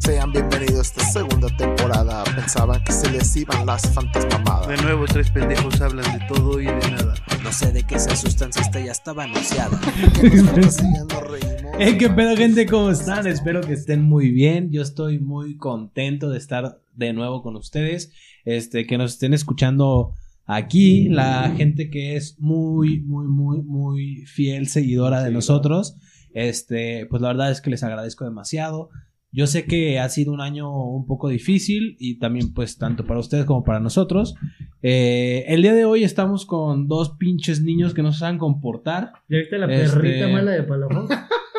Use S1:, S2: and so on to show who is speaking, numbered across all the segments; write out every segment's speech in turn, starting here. S1: Sean bienvenidos a esta segunda temporada. Pensaban que se les iban las
S2: De
S1: fantasmamadas.
S2: nuevo, tres pendejos hablan de todo y de nada.
S3: No sé de qué se asustan si esta ya estaba anunciada.
S1: Que nos fantasías, nos reímos.
S4: Hey, qué pedo, gente, ¿cómo están? Espero que estén muy bien. Yo estoy muy contento de estar de nuevo con ustedes. Este, que nos estén escuchando aquí. La gente que es muy, muy, muy, muy fiel seguidora de nosotros. Este, pues la verdad es que les agradezco demasiado. Yo sé que ha sido un año un poco difícil y también pues tanto para ustedes como para nosotros. Eh, el día de hoy estamos con dos pinches niños que no se saben comportar.
S5: ¿Ya viste la
S4: Este-
S5: perrita mala de Palomón?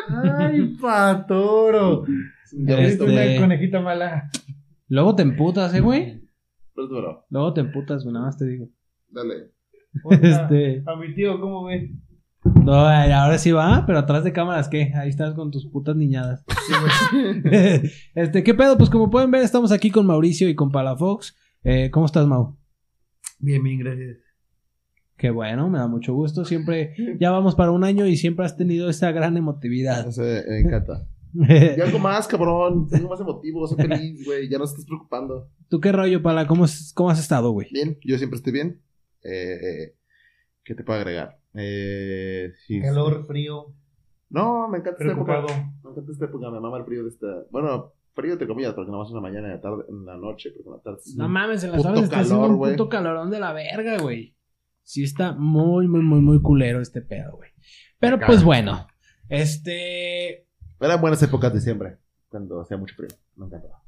S5: ¡Ay, patoro! ¿Ya
S4: Este-
S5: viste una conejita mala?
S4: Luego te emputas, eh, güey.
S6: Pues duro.
S4: Luego te emputas, güey, nada más te digo.
S6: Dale.
S5: Ah.
S4: Este.
S5: A mi tío, ¿cómo ves?
S4: No, ay, ahora sí va, pero atrás de cámaras, ¿qué? Ahí estás con tus putas niñadas. este, ¿qué pedo? Pues como pueden ver, estamos aquí con Mauricio y con Palafox. Eh, ¿Cómo estás, Mau?
S5: Bien, bien, gracias.
S4: Qué bueno, me da mucho gusto. Siempre, ya vamos para un año y siempre has tenido esa gran emotividad.
S6: me encanta. Y algo más, cabrón. Tengo más emotivo, soy feliz, güey. Ya no te estás preocupando.
S4: ¿Tú qué rollo, Pala? ¿Cómo, es- cómo has estado, güey?
S6: Bien, yo siempre estoy bien. Eh, eh, ¿Qué te puedo agregar? Eh, sí.
S5: Calor, frío,
S6: No, me encanta esta época.
S5: preocupado.
S6: Me encanta esta época. Me mama el frío de esta. Bueno, frío te comillas, porque nada más es una mañana y la tarde, en la noche, porque en la tarde. es un-
S4: mames, en
S6: las Mm. Puto horas está haciendo calor, un güey. puto
S4: calorón de la verga, güey. Sí está muy, muy, muy, muy culero este pedo, güey. Pero
S6: Me pues caga.
S4: bueno, este...
S6: Eran buenas épocas de siempre, cuando hacía mucho frío. Me encantaba.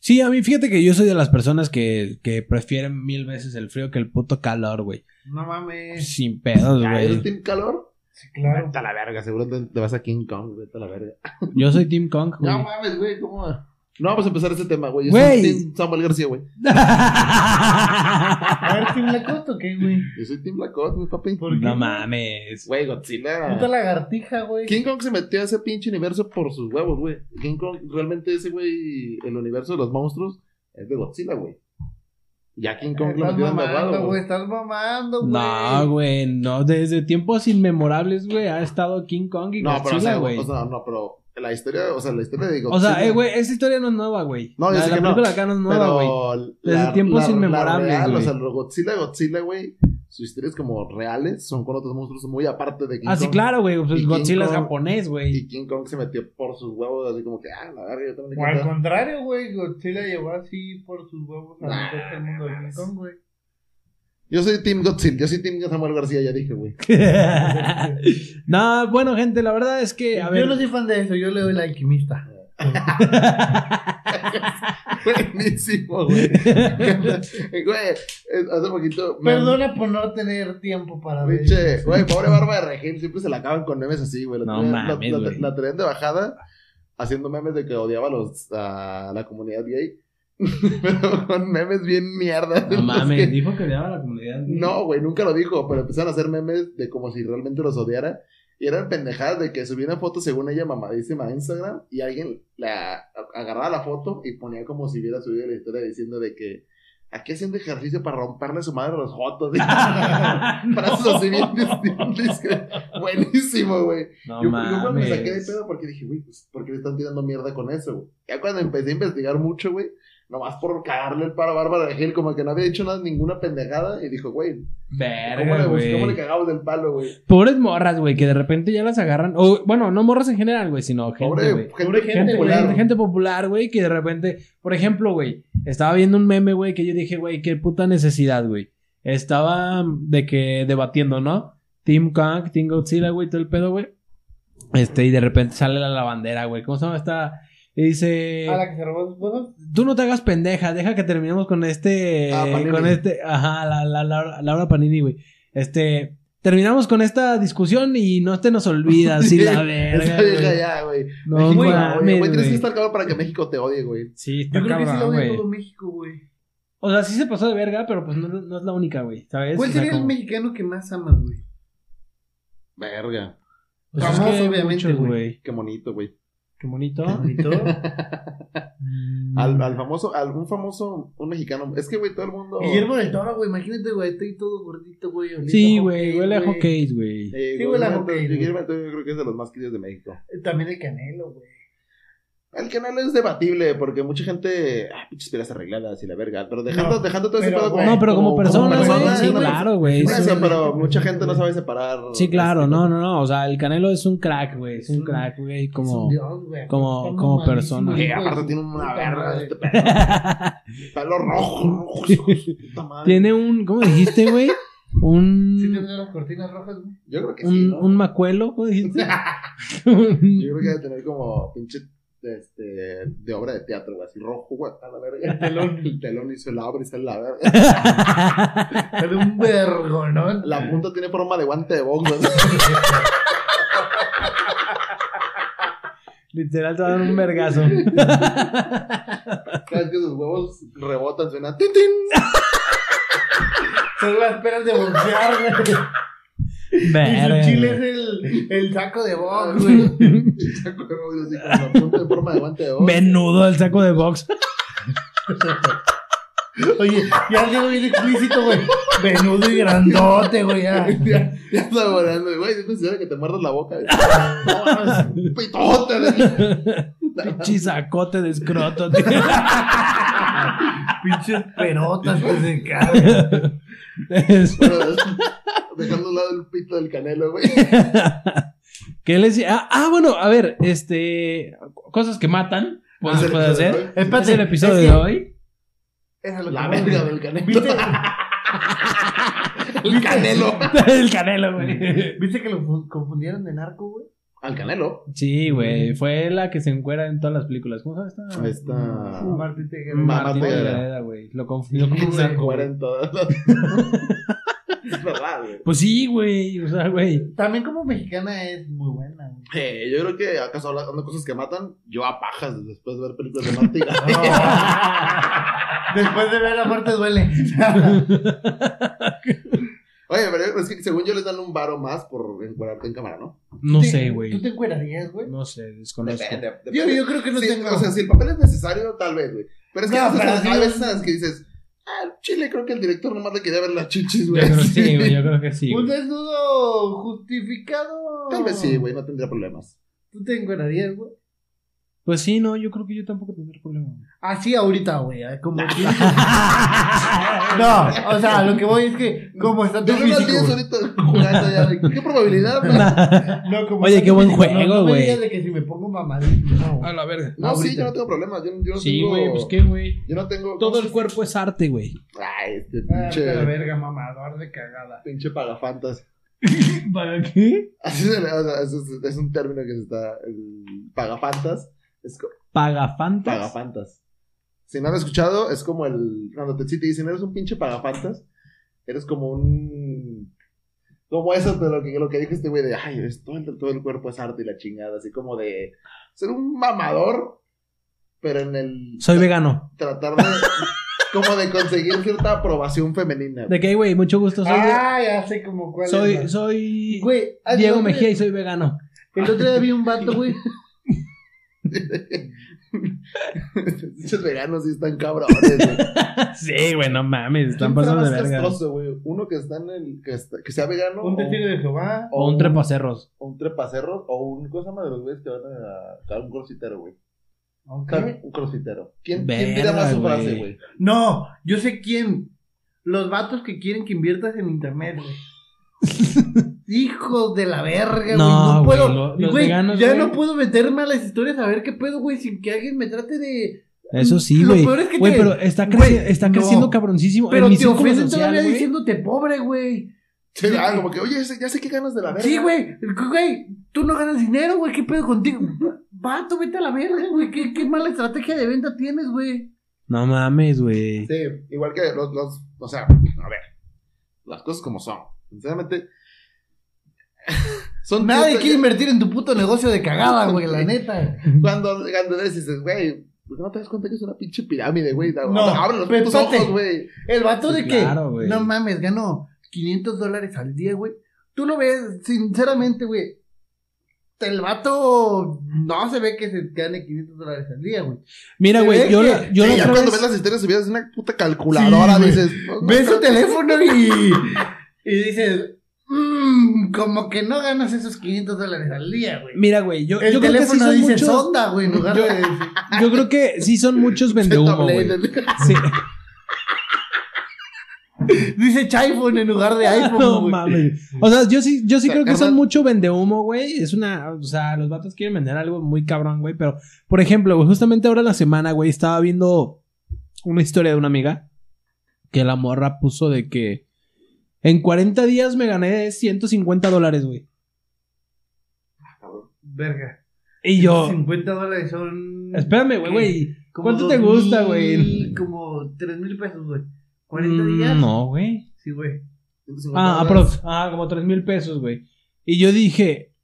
S4: Sí, a mí fíjate que yo soy de las personas que, que prefieren mil veces el frío que el puto calor, güey.
S5: No mames.
S4: Sin pedos,
S6: Ah, ¿Eres
S4: güey.
S6: team calor?
S5: Sí, claro.
S6: Vete a la verga, seguro te, te vas a King Kong, vete a la verga.
S4: Yo soy Team Kong, güey.
S6: No mames, güey, ¿cómo? No vamos a empezar ese tema, güey. Yo
S4: Güey.
S6: soy Team Samuel García, güey.
S5: A ver, ¿tiene la cota o qué, güey?
S6: Yo soy Team Blackout, mi papi.
S5: ¿Por qué?
S4: no mames.
S6: Güey,
S5: Puta
S6: Godzilla.
S5: lagartija, güey.
S6: King Kong se metió a ese pinche universo por sus huevos, güey. King Kong, realmente ese güey, el universo de los monstruos es de Godzilla, güey. Ya King Kong lo
S5: Estás
S6: metió en
S5: mamando,
S6: babado,
S5: güey.
S6: güey.
S5: Estás mamando, güey.
S4: No, güey, no. Desde tiempos inmemorables, güey, ha estado King Kong y
S6: No, pero, o
S4: Godzilla,
S6: sea,
S4: güey.
S6: o sea, no, pero la historia, o sea, la historia de
S4: O
S6: Godzilla.
S4: sea, eh, güey, esa historia no es nueva, güey.
S6: No, yo
S4: la,
S6: sé
S4: la
S6: que no,
S4: película acá no es nueva, güey.
S6: pero
S4: desde tiempos inmemorables,
S6: real,
S4: güey.
S6: O sea, lo Godzilla, Godzilla, güey, sus historias como reales son con otros monstruos muy aparte de King
S4: Ah,
S6: Kong.
S4: sí, claro, güey. Pues
S6: y King
S4: Godzilla es
S6: Kong-
S4: japonés, güey.
S6: Y King Kong se metió por sus huevos, así como que, ah, la verga, yo también
S5: O
S6: le
S5: al
S6: quiero.
S5: contrario, güey. Godzilla llevó así por sus huevos a
S6: Nah,
S5: todo el mundo de King Kong, güey.
S6: Yo soy Team Godzilla, yo soy Team Samuel García, ya dije, güey.
S4: no, bueno, gente, la verdad es que, a
S5: Yo
S4: ver.
S5: no soy fan de eso. Yo le doy la alquimista.
S6: Buenísimo, güey. güey, es- hace poquito. me-
S5: Perdona por no tener tiempo para ver.
S6: Pinche, güey, pobre barba de Regil, siempre se la acaban con memes así, güey. La
S4: No
S6: traían-
S4: mames,
S6: la, la,
S4: güey.
S6: la traían de bajada haciendo memes de que odiaba a, los, a la comunidad gay. pero con memes bien mierda.
S4: No mames,
S6: Que-
S4: dijo que odiaba a la comunidad. güey.
S6: No, güey, nunca lo dijo, pero empezaron a hacer memes de como si realmente los odiara. Y eran pendejadas de que subía una foto según ella mamadísima a Instagram y alguien la a- agarraba la foto y ponía como si hubiera subido la historia diciendo de que aquí haciendo ejercicio para romperle su madre a los jotos. Frases así bien dis- bien discre- Buenísimo, güey.
S4: No
S6: yo, yo cuando me
S4: mames.
S6: saqué de pedo porque dije, güey, pues, ¿por qué le están tirando mierda con eso, güey? Ya cuando empecé a investigar mucho, güey, nomás por cagarle el paro a Bárbara de Gil, como que no había hecho nada, ninguna pendejada, y dijo, güey, ¿Cómo
S4: Verga,
S6: le, bus- ¿Cómo le
S4: güey.
S6: cagamos del palo, güey?
S4: Pobres morras, güey, que de repente ya las agarran. O, bueno, no morras en general, güey, sino gente,
S6: Pobre,
S4: güey.
S6: gente
S5: Pobre
S4: Gente,
S5: gente,
S6: popular.
S4: güey, gente popular, güey, que de repente, por ejemplo, güey, estaba viendo un meme, güey, que yo dije, güey, qué puta necesidad, güey. Estaba de que debatiendo, ¿no? Team Kong, Team Godzilla, güey, todo el pedo, güey. Este, y de repente sale la lavandera, güey. ¿Cómo se llama esta? Y dice,
S5: A la que se robó sus cosas.
S4: tú no te hagas pendeja, deja que terminemos con este,
S6: Ah, Panini.
S4: con este, ajá, la, la, Laura- Laura Panini, güey. Este, terminamos con esta discusión y no te nos olvidas, y la verga,
S6: Esa vieja
S4: güey.
S6: ya, güey.
S4: No,
S6: México,
S4: mames,
S6: güey. Güey, tienes que
S4: güey.
S6: estar cabrón para que México te odie, güey.
S4: Sí, está
S5: Yo creo que sí
S4: cabrón,
S5: lo odia
S4: güey.
S5: todo México, güey.
S4: O sea, sí se pasó de verga, pero pues no, no es la única, güey. ¿Sabes?
S5: ¿Cuál
S4: O sea,
S5: sería el
S4: como-
S5: mexicano que más amas, güey?
S6: Verga.
S4: Pues es
S5: famoso,
S4: que hay
S5: obviamente,
S4: muchos,
S5: güey?
S6: Qué bonito, güey.
S4: Qué bonito.
S5: ¿Y todo?
S4: Mm.
S6: Al, al famoso, algún famoso, un mexicano. Es que, güey, todo el mundo.
S5: Guillermo del Toro, güey. Imagínate, güey. Estoy todo gordito, güey. oliendo
S4: Sí,
S5: a
S4: güey,
S5: hockey,
S4: huele a hotcakes, güey.
S6: Eh,
S5: Sí, güey, la
S6: Guillermo-
S5: hockey, güey.
S6: Guillermo del Toro yo creo que es de los más queridos de México.
S5: También el Canelo, güey.
S6: El canal es debatible porque mucha gente. Ah, pinches pilas arregladas y la verga. Pero dejando,
S5: No,
S6: dejando todo
S5: pero,
S6: ese pedo
S5: güey,
S4: No, pero como,
S5: como-
S4: persona,
S6: como
S4: güey,
S6: persona,
S4: sí,
S6: güey.
S4: claro, güey.
S6: Por
S5: Eso
S6: eso,
S5: es-
S6: pero mucha gente no sabe separar.
S4: Sí, claro,
S6: este,
S4: no, no, no. O sea, el Canelo es un crack, güey. Es un crack, güey. Como. como- como persona.
S6: Que aparte tiene una verga de este pedo. Pelo rojo, rojo. su puta madre.
S4: Tiene un. ¿Cómo dijiste, güey? Un.
S5: Sí tendría las cortinas rojas, güey.
S6: Yo creo que sí.
S4: un,
S6: ¿no?
S4: un macuelo, ¿cómo dijiste?
S6: Yo creo que debe tener como pinche este, de obra de teatro, güey, así rojo, güey, a la verga. El telón, el telón y se la abre y se la verga.
S5: Era un vergo, ¿no?
S6: La punta tiene forma de guante de box, güey.
S4: Literal te va a dar un vergazo.
S6: Cada vez que sus huevos rebotan, suena tin, tin.
S5: Son las peras de boxear, güey. Y
S4: Verga,
S5: su chile es
S4: güey.
S5: el, el saco de box, güey.
S6: Saco de box, así con la punta en forma de guante de box.
S4: Menudo el saco de box.
S5: Oye, ya algo bien explícito, güey. Venudo y grandote, güey. Ya.
S6: Ya, ya está volando, güey. Yo considero que te muerdas la boca. güey. No, mames, un pitote. güey.
S4: Pinche sacote de escroto, tío.
S5: Pinches pelotas que se caen.
S4: Es-
S6: Bueno, es- Dejando a un lado el pito del canelo, güey.
S4: ¿Qué les ah, ah, bueno, a ver, este. Cosas que matan. Pues
S6: Hacer-
S4: se puede hacer.
S5: Espérate,
S4: Es el episodio
S5: es
S4: de
S5: que-
S4: hoy.
S5: Esa es lo
S6: La
S5: que voy,
S6: verga
S5: güey.
S6: del canelo.
S5: ¿Viste,
S6: El canelo.
S4: el canelo, güey.
S5: ¿Viste que lo fu- confundieron de narco, güey?
S6: Al canelo.
S4: Sí, güey. Fue la que se encuera en todas las películas. ¿Cómo se llama esta?
S6: Ahí está.
S5: Martín Teguera.
S6: Ma-
S4: Martín
S6: Marta Gareda.
S4: Gareda, güey. Lo confundió con
S6: Que
S4: un
S6: se
S4: narco, güey.
S6: mueren todas las. es verdad, güey.
S4: Pues sí, güey. O sea, güey.
S5: También como mexicana es muy buena, güey.
S6: Eh, yo creo que acaso hablando de cosas que matan, yo a pajas después de ver películas de Marta y Gareda.
S5: Después de ver la muerte duele.
S6: Oye, pero es que según yo les dan un varo más por encuadrarte en cámara, ¿no?
S4: No
S5: Sí,
S4: sé,
S5: ¿Tú
S4: güey.
S5: te encuerarías, güey?
S4: No sé, desconozco.
S5: Yo, yo creo que no
S6: Sí,
S5: tengo.
S6: O sea, si el papel es necesario, tal vez, güey. Pero es que
S5: No,
S6: a veces-
S5: pero sí,
S6: hay
S5: güey.
S6: veces en las que dices, ah, chile, creo que el director nomás le quería ver las chichis,
S4: Yo
S6: güey.
S4: creo que sí, güey. Yo creo que
S6: Pues
S4: sí.
S5: un
S4: güey.
S5: desnudo justificado.
S6: Tal vez sí, güey, no tendría problemas.
S5: ¿Tú te encuerarías, güey?
S4: Pues sí, no, yo creo que yo tampoco tendré problema.
S5: Así ahorita, güey. ¿eh? Como que- no, o sea, lo que voy es que, como está tu
S6: Yo no las
S5: físico.
S6: tienes
S5: güey.
S6: ahorita jugando ya, de ¿qué probabilidad, güey?
S5: No, como
S4: Oye,
S5: está
S4: qué
S5: tu
S4: buen
S5: físico, no,
S4: juego,
S5: no me
S4: güey.
S5: digas de que si me pongo mamadito, no, güey.
S4: la verga.
S6: No, sí,
S5: Ahorita.
S6: yo no tengo problemas. Yo, yo no
S4: Sí,
S6: tengo.
S4: güey. Pues qué, güey.
S6: Yo no tengo.
S4: Todo el cuerpo es arte, güey.
S6: Ay, este
S5: Ah, vete a la
S6: pinche.
S5: verga, mamador de cagada.
S6: Pinche pagafantas.
S4: ¿Para qué?
S6: Así se le- o sea, es, es- es un término que se está. el pagafantas. Es co-
S4: Pagafantas.
S6: pagafantas. Si no lo han escuchado, es como el. Cuando te, si te dicen, eres un pinche pagafantas, eres como un. Como eso de lo que, lo que dijo este güey de, ay, es todo, el, todo el cuerpo es arte y la chingada, así como de ser un mamador, pero en el...
S4: Soy vegano.
S6: tratar de como de conseguir cierta aprobación femenina.
S4: ¿De qué, güey? Mucho gusto. Soy,
S5: Ah, ya sé como cuál es.
S4: soy,
S5: güey.
S4: soy
S5: Güey, ah,
S4: Diego
S5: no, güey,
S4: Mejía y soy vegano.
S5: El otro día vi un vato, güey.
S6: Muchos veganos sí están cabrones. güey.
S4: sí, güey, no mames.
S6: ¿Quién será más castroso, güey? Uno que está en el que, está- que sea vegano
S5: Un
S6: o-
S5: testigo de Jehová.
S4: O un trepacerros.
S6: o un trepacerro o un cosa más de los güeyes que van a, a un crossfitero, güey.
S5: Ok.
S6: Un crossfitero. ¿Quién, ¿quién
S4: Verga,
S6: tira más su
S4: güey.
S6: frase, güey?
S5: No, yo sé quién. Los vatos que quieren que inviertas en internet, güey. Hijos de la verga, güey.
S4: No,
S5: No,
S4: güey,
S5: puedo.
S4: lo- los
S5: güey,
S4: veganos,
S5: ya
S4: güey.
S5: no puedo meterme a las historias a ver qué pedo, güey, sin que alguien me trate de.
S4: Eso sí,
S5: Lo
S4: güey.
S5: peor es que
S4: Güey,
S5: te-
S4: pero está,
S5: güey,
S4: creci- está
S5: no.
S4: creciendo cabroncísimo.
S5: Pero
S4: en mi
S5: te
S4: círculo
S5: ofenden
S4: social,
S5: todavía
S4: güey.
S5: diciéndote pobre, güey.
S6: Sí, ah, como que, oye, ese- ya sé qué ganas de la verga.
S5: Sí, güey. Güey, tú no ganas dinero, güey. ¿Qué pedo contigo? Vato, vete a la verga, güey. ¿Qué, qué mala estrategia de venta tienes, güey.
S4: No mames, güey.
S6: Sí, igual que los, los, o sea, a ver, las cosas como son. Sinceramente, son
S5: Nadie
S6: tíos-
S5: quiere invertir en tu puto negocio de cagada, güey, la neta.
S6: Cuando, cuando dices, güey, ¿por qué no te das cuenta que es una pinche pirámide, güey?
S5: No,
S6: abre los putos
S5: espérate.
S6: ojos, güey.
S5: El vato
S4: Sí,
S5: de que,
S4: claro, güey.
S5: no mames, gano 500 dólares al día, güey. Tú lo ves, sinceramente, güey. El vato no se ve que se gane 500 dólares al día, güey.
S4: Mira,
S5: se
S4: güey,
S5: ve
S4: yo,
S5: que-
S4: la- yo
S6: Sí,
S4: la
S6: ya
S4: otra
S6: cuando
S4: vez-
S6: ves las historias subidas es una puta calculadora,
S5: Sí, güey.
S6: dices, no, no,
S5: Ves su
S6: creo-
S5: teléfono y, y dices, mm, como que no ganas esos 500 dólares al día, güey.
S4: Mira, güey, yo,
S5: El
S4: yo creo que sí
S5: teléfono
S4: son
S5: dice
S4: muchos.
S5: sonda, güey, en lugar
S4: Yo-
S5: de
S4: Yo creo que sí son muchos vendehumo, güey. Sí.
S5: dice iPhone en lugar de iPhone,
S4: No
S5: güey.
S4: mames. O sea, yo sí, yo sí
S6: O sea,
S4: creo que
S6: carnal-
S4: son mucho vendehumo, güey. Es una. O sea, los vatos quieren vender algo muy cabrón, güey. Pero, por ejemplo, güey, justamente ahora en la semana, güey, estaba viendo una historia de una amiga que la morra puso de que en 40 días me gané 150 dólares, güey.
S5: Verga.
S4: Y yo.
S5: 50 dólares son.
S4: Espérame, güey,
S5: ¿qué?
S4: güey.
S5: Como
S4: ¿Cuánto te
S5: 2,000,
S4: gusta, güey? Mm,
S5: Como 3 mil pesos, güey. 40 días.
S4: No, güey.
S5: Sí, güey.
S4: Ah, aprox. Ah, como 3 mil pesos, güey. Y yo dije,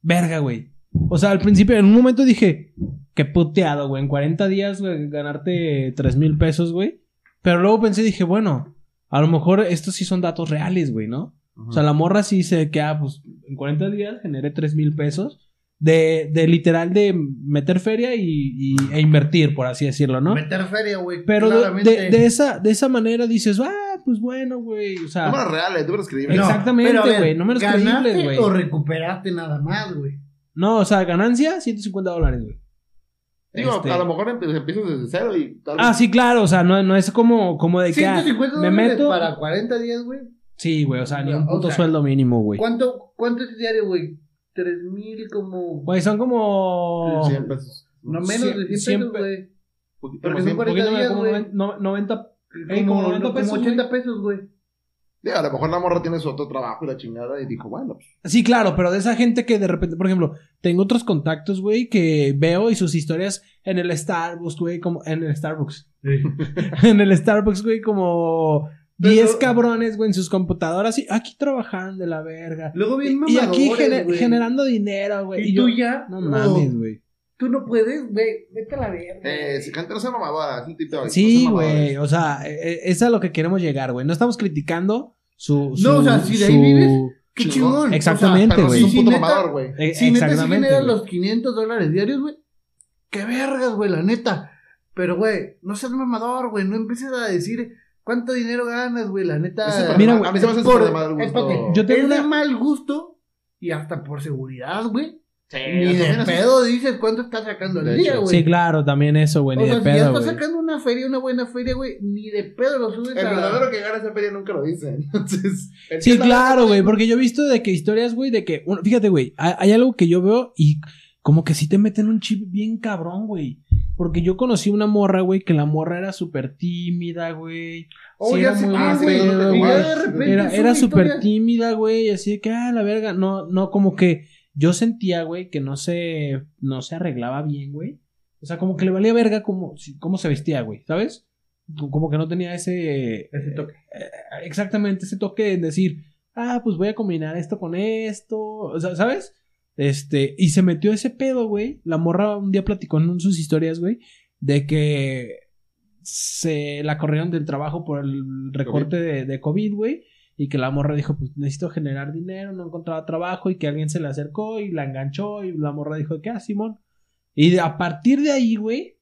S4: verga, güey. O sea, al principio, en un momento dije, qué puteado, güey. En 40 días, güey, ganarte 3 mil pesos, güey. Pero luego pensé, dije, bueno, a lo mejor estos sí son datos reales, güey, ¿no? O sea, la morra sí dice que, ah, pues en 40 días generé 3 mil pesos. De, de literal de meter feria y, y- e invertir, por así decirlo, ¿no?
S5: Meter feria, güey.
S4: Pero de,
S5: claramente.
S4: de- de esa, de esa manera dices, ah, pues bueno, güey. O sea,
S6: Números reales, números creíbles.
S5: No,
S4: Exactamente,
S5: pero a ver,
S4: güey, números
S5: ¿ganaste
S4: creíbles, güey.
S5: O recuperaste nada más, güey.
S4: No, o sea, ganancia, 150 dólares, güey.
S6: Digo,
S4: Este-
S6: a lo mejor empe- empiezas desde cero y tal vez-
S4: Ah, sí, claro, o sea, no, no es como, como de que. ah,
S5: 150
S4: me
S5: dólares
S4: meto.
S5: para 40 días, güey.
S4: Sí, güey, o sea, ni un
S5: O
S4: puto
S5: sea,
S4: sueldo mínimo, güey.
S5: ¿Cuánto, ¿Cuánto es diario, güey? 3000 como.
S4: Güey, son como.
S6: 100 pesos.
S5: No menos de 100 pesos,
S4: Cien-
S5: güey.
S6: Poquito
S5: Porque
S6: más
S5: son
S6: cien.
S5: 40
S4: Poquito,
S5: días,
S4: como
S5: güey.
S4: noven- no- 90. Ey, como
S5: Como,
S4: 90
S5: como
S4: pesos, güey.
S5: 80 pesos, güey.
S6: Digo, a lo mejor la morra tiene su otro trabajo y la chingada y dijo, bueno, pues,
S4: Sí, claro, pero de esa gente que de repente, por ejemplo, tengo otros contactos, güey, que veo y sus historias en el Starbucks, güey, como. En el Starbucks. en el Starbucks, güey, como.
S5: Pero-
S4: 10 cabrones, güey, en sus computadoras y aquí trabajaron de la verga.
S5: Luego bien
S4: Y aquí
S5: mamadores,
S4: gener-
S5: güey.
S4: generando dinero, güey.
S5: Y,
S4: Y
S5: tú
S4: yo,
S5: ya.
S4: No
S5: oh,
S4: mames, güey.
S5: Tú no puedes, güey. Vete a la verga.
S6: eh, si canta no sea mamadora, es un tipo de-
S4: Sí,
S6: no sea mamadora.
S4: güey. O sea, e- e- es a lo que queremos llegar, güey. No estamos criticando su. su-
S5: No, o sea, si de ahí
S4: su-
S5: vives, Qué
S6: chingón.
S5: chingón.
S4: Exactamente,
S5: O sea,
S6: Pero
S4: güey.
S6: es un
S5: si
S6: puto
S5: neta-
S6: mamador, güey.
S4: Eh,
S5: Si neta se
S4: Exactamente.
S5: generan
S4: güey.
S5: los 500 dólares diarios, güey. Qué vergas, güey, la neta. Pero, güey, no seas mamador, güey. No empieces a decir cuánto dinero ganas, güey, la
S6: Ese
S5: neta.
S6: para-
S4: Mira,
S6: a mí se me hace
S5: por-
S6: súper de mal gusto.
S5: espérate,
S4: Yo tengo
S5: es de
S4: una-
S5: mal gusto y hasta por seguridad, güey.
S6: Sí,
S5: Ni
S6: también
S5: de
S6: es-
S5: pedo dices cuánto estás sacando
S6: De
S5: al día,
S6: hecho.
S5: güey.
S4: Sí, claro, también eso, güey. Ni
S5: o sea,
S4: de
S5: si ya
S4: pedo,
S5: estás
S4: güey.
S5: sacando una feria, una buena feria, güey, ni de pedo lo subes
S6: El
S5: a...
S6: verdadero que gana esa feria nunca lo dice. Entonces,
S4: Sí,
S6: entienda-
S4: claro, güey. Porque yo he visto de que historias, güey, de que. un- Fíjate, güey. Hay hay algo que yo veo y como que sí te meten un chip bien cabrón, güey. Porque yo conocí una morra, güey, que la morra era súper tímida, güey.
S5: Oh,
S4: Sí,
S5: ya
S4: era
S5: sé
S4: muy
S6: ah,
S4: mal
S5: quién, güey.
S4: pedo,
S5: Y ya
S4: güey.
S5: de repente
S4: Era,
S5: sube
S4: era súper
S5: historias.
S4: tímida, güey, así de que, ah, la verga, no, no, como que yo sentía, güey, que no se, no se arreglaba bien, güey. O sea, como que le valía verga cómo, si- cómo se vestía, güey, ¿sabes? Co- Como que no tenía ese...
S5: Ese toque.
S4: eh, exactamente, ese toque en decir, ah, pues voy a combinar esto con esto, o sea, ¿sabes? Este, y se metió ese pedo, güey. La morra un día platicó en sus historias, güey, de que se la corrieron del trabajo por el recorte de, de COVID, güey. Y que la morra dijo, pues necesito generar dinero, no encontraba trabajo y que alguien se le acercó y la enganchó y la morra dijo, ¿qué? Ah, Simón. Y de- a partir de ahí, güey,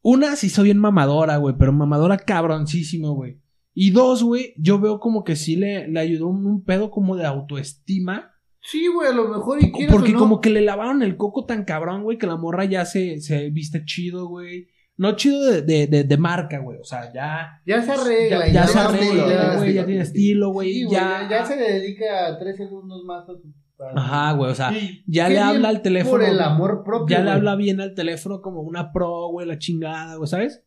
S4: una se hizo bien mamadora, güey, pero mamadora cabroncísimo, güey. Y dos, güey, yo veo como que sí le, le ayudó un, un pedo como de autoestima.
S5: Sí, güey, a lo mejor y quieras
S4: Porque
S5: o no,
S4: como que le lavaron el coco tan cabrón, güey, que la morra ya se, se viste chido, güey. No chido de, de, de- de marca, güey. O sea, ya.
S5: Ya se arregla.
S4: ya, ya se arregla, güey.
S6: tiene estilo, ya
S4: Ya,
S6: estilo.
S4: tiene estilo,
S5: güey,
S4: güey.
S5: sí, güey,
S4: ya,
S5: ya, ya se le dedica tres segundos más a su...
S4: Ajá, güey. O sea,
S5: Sí,
S4: ya
S5: qué
S4: Ah, le
S5: bien
S4: habla al teléfono.
S5: Por el amor propio,
S4: ya le
S5: güey,
S4: habla bien al teléfono como una pro, güey, la chingada, güey, ¿sabes?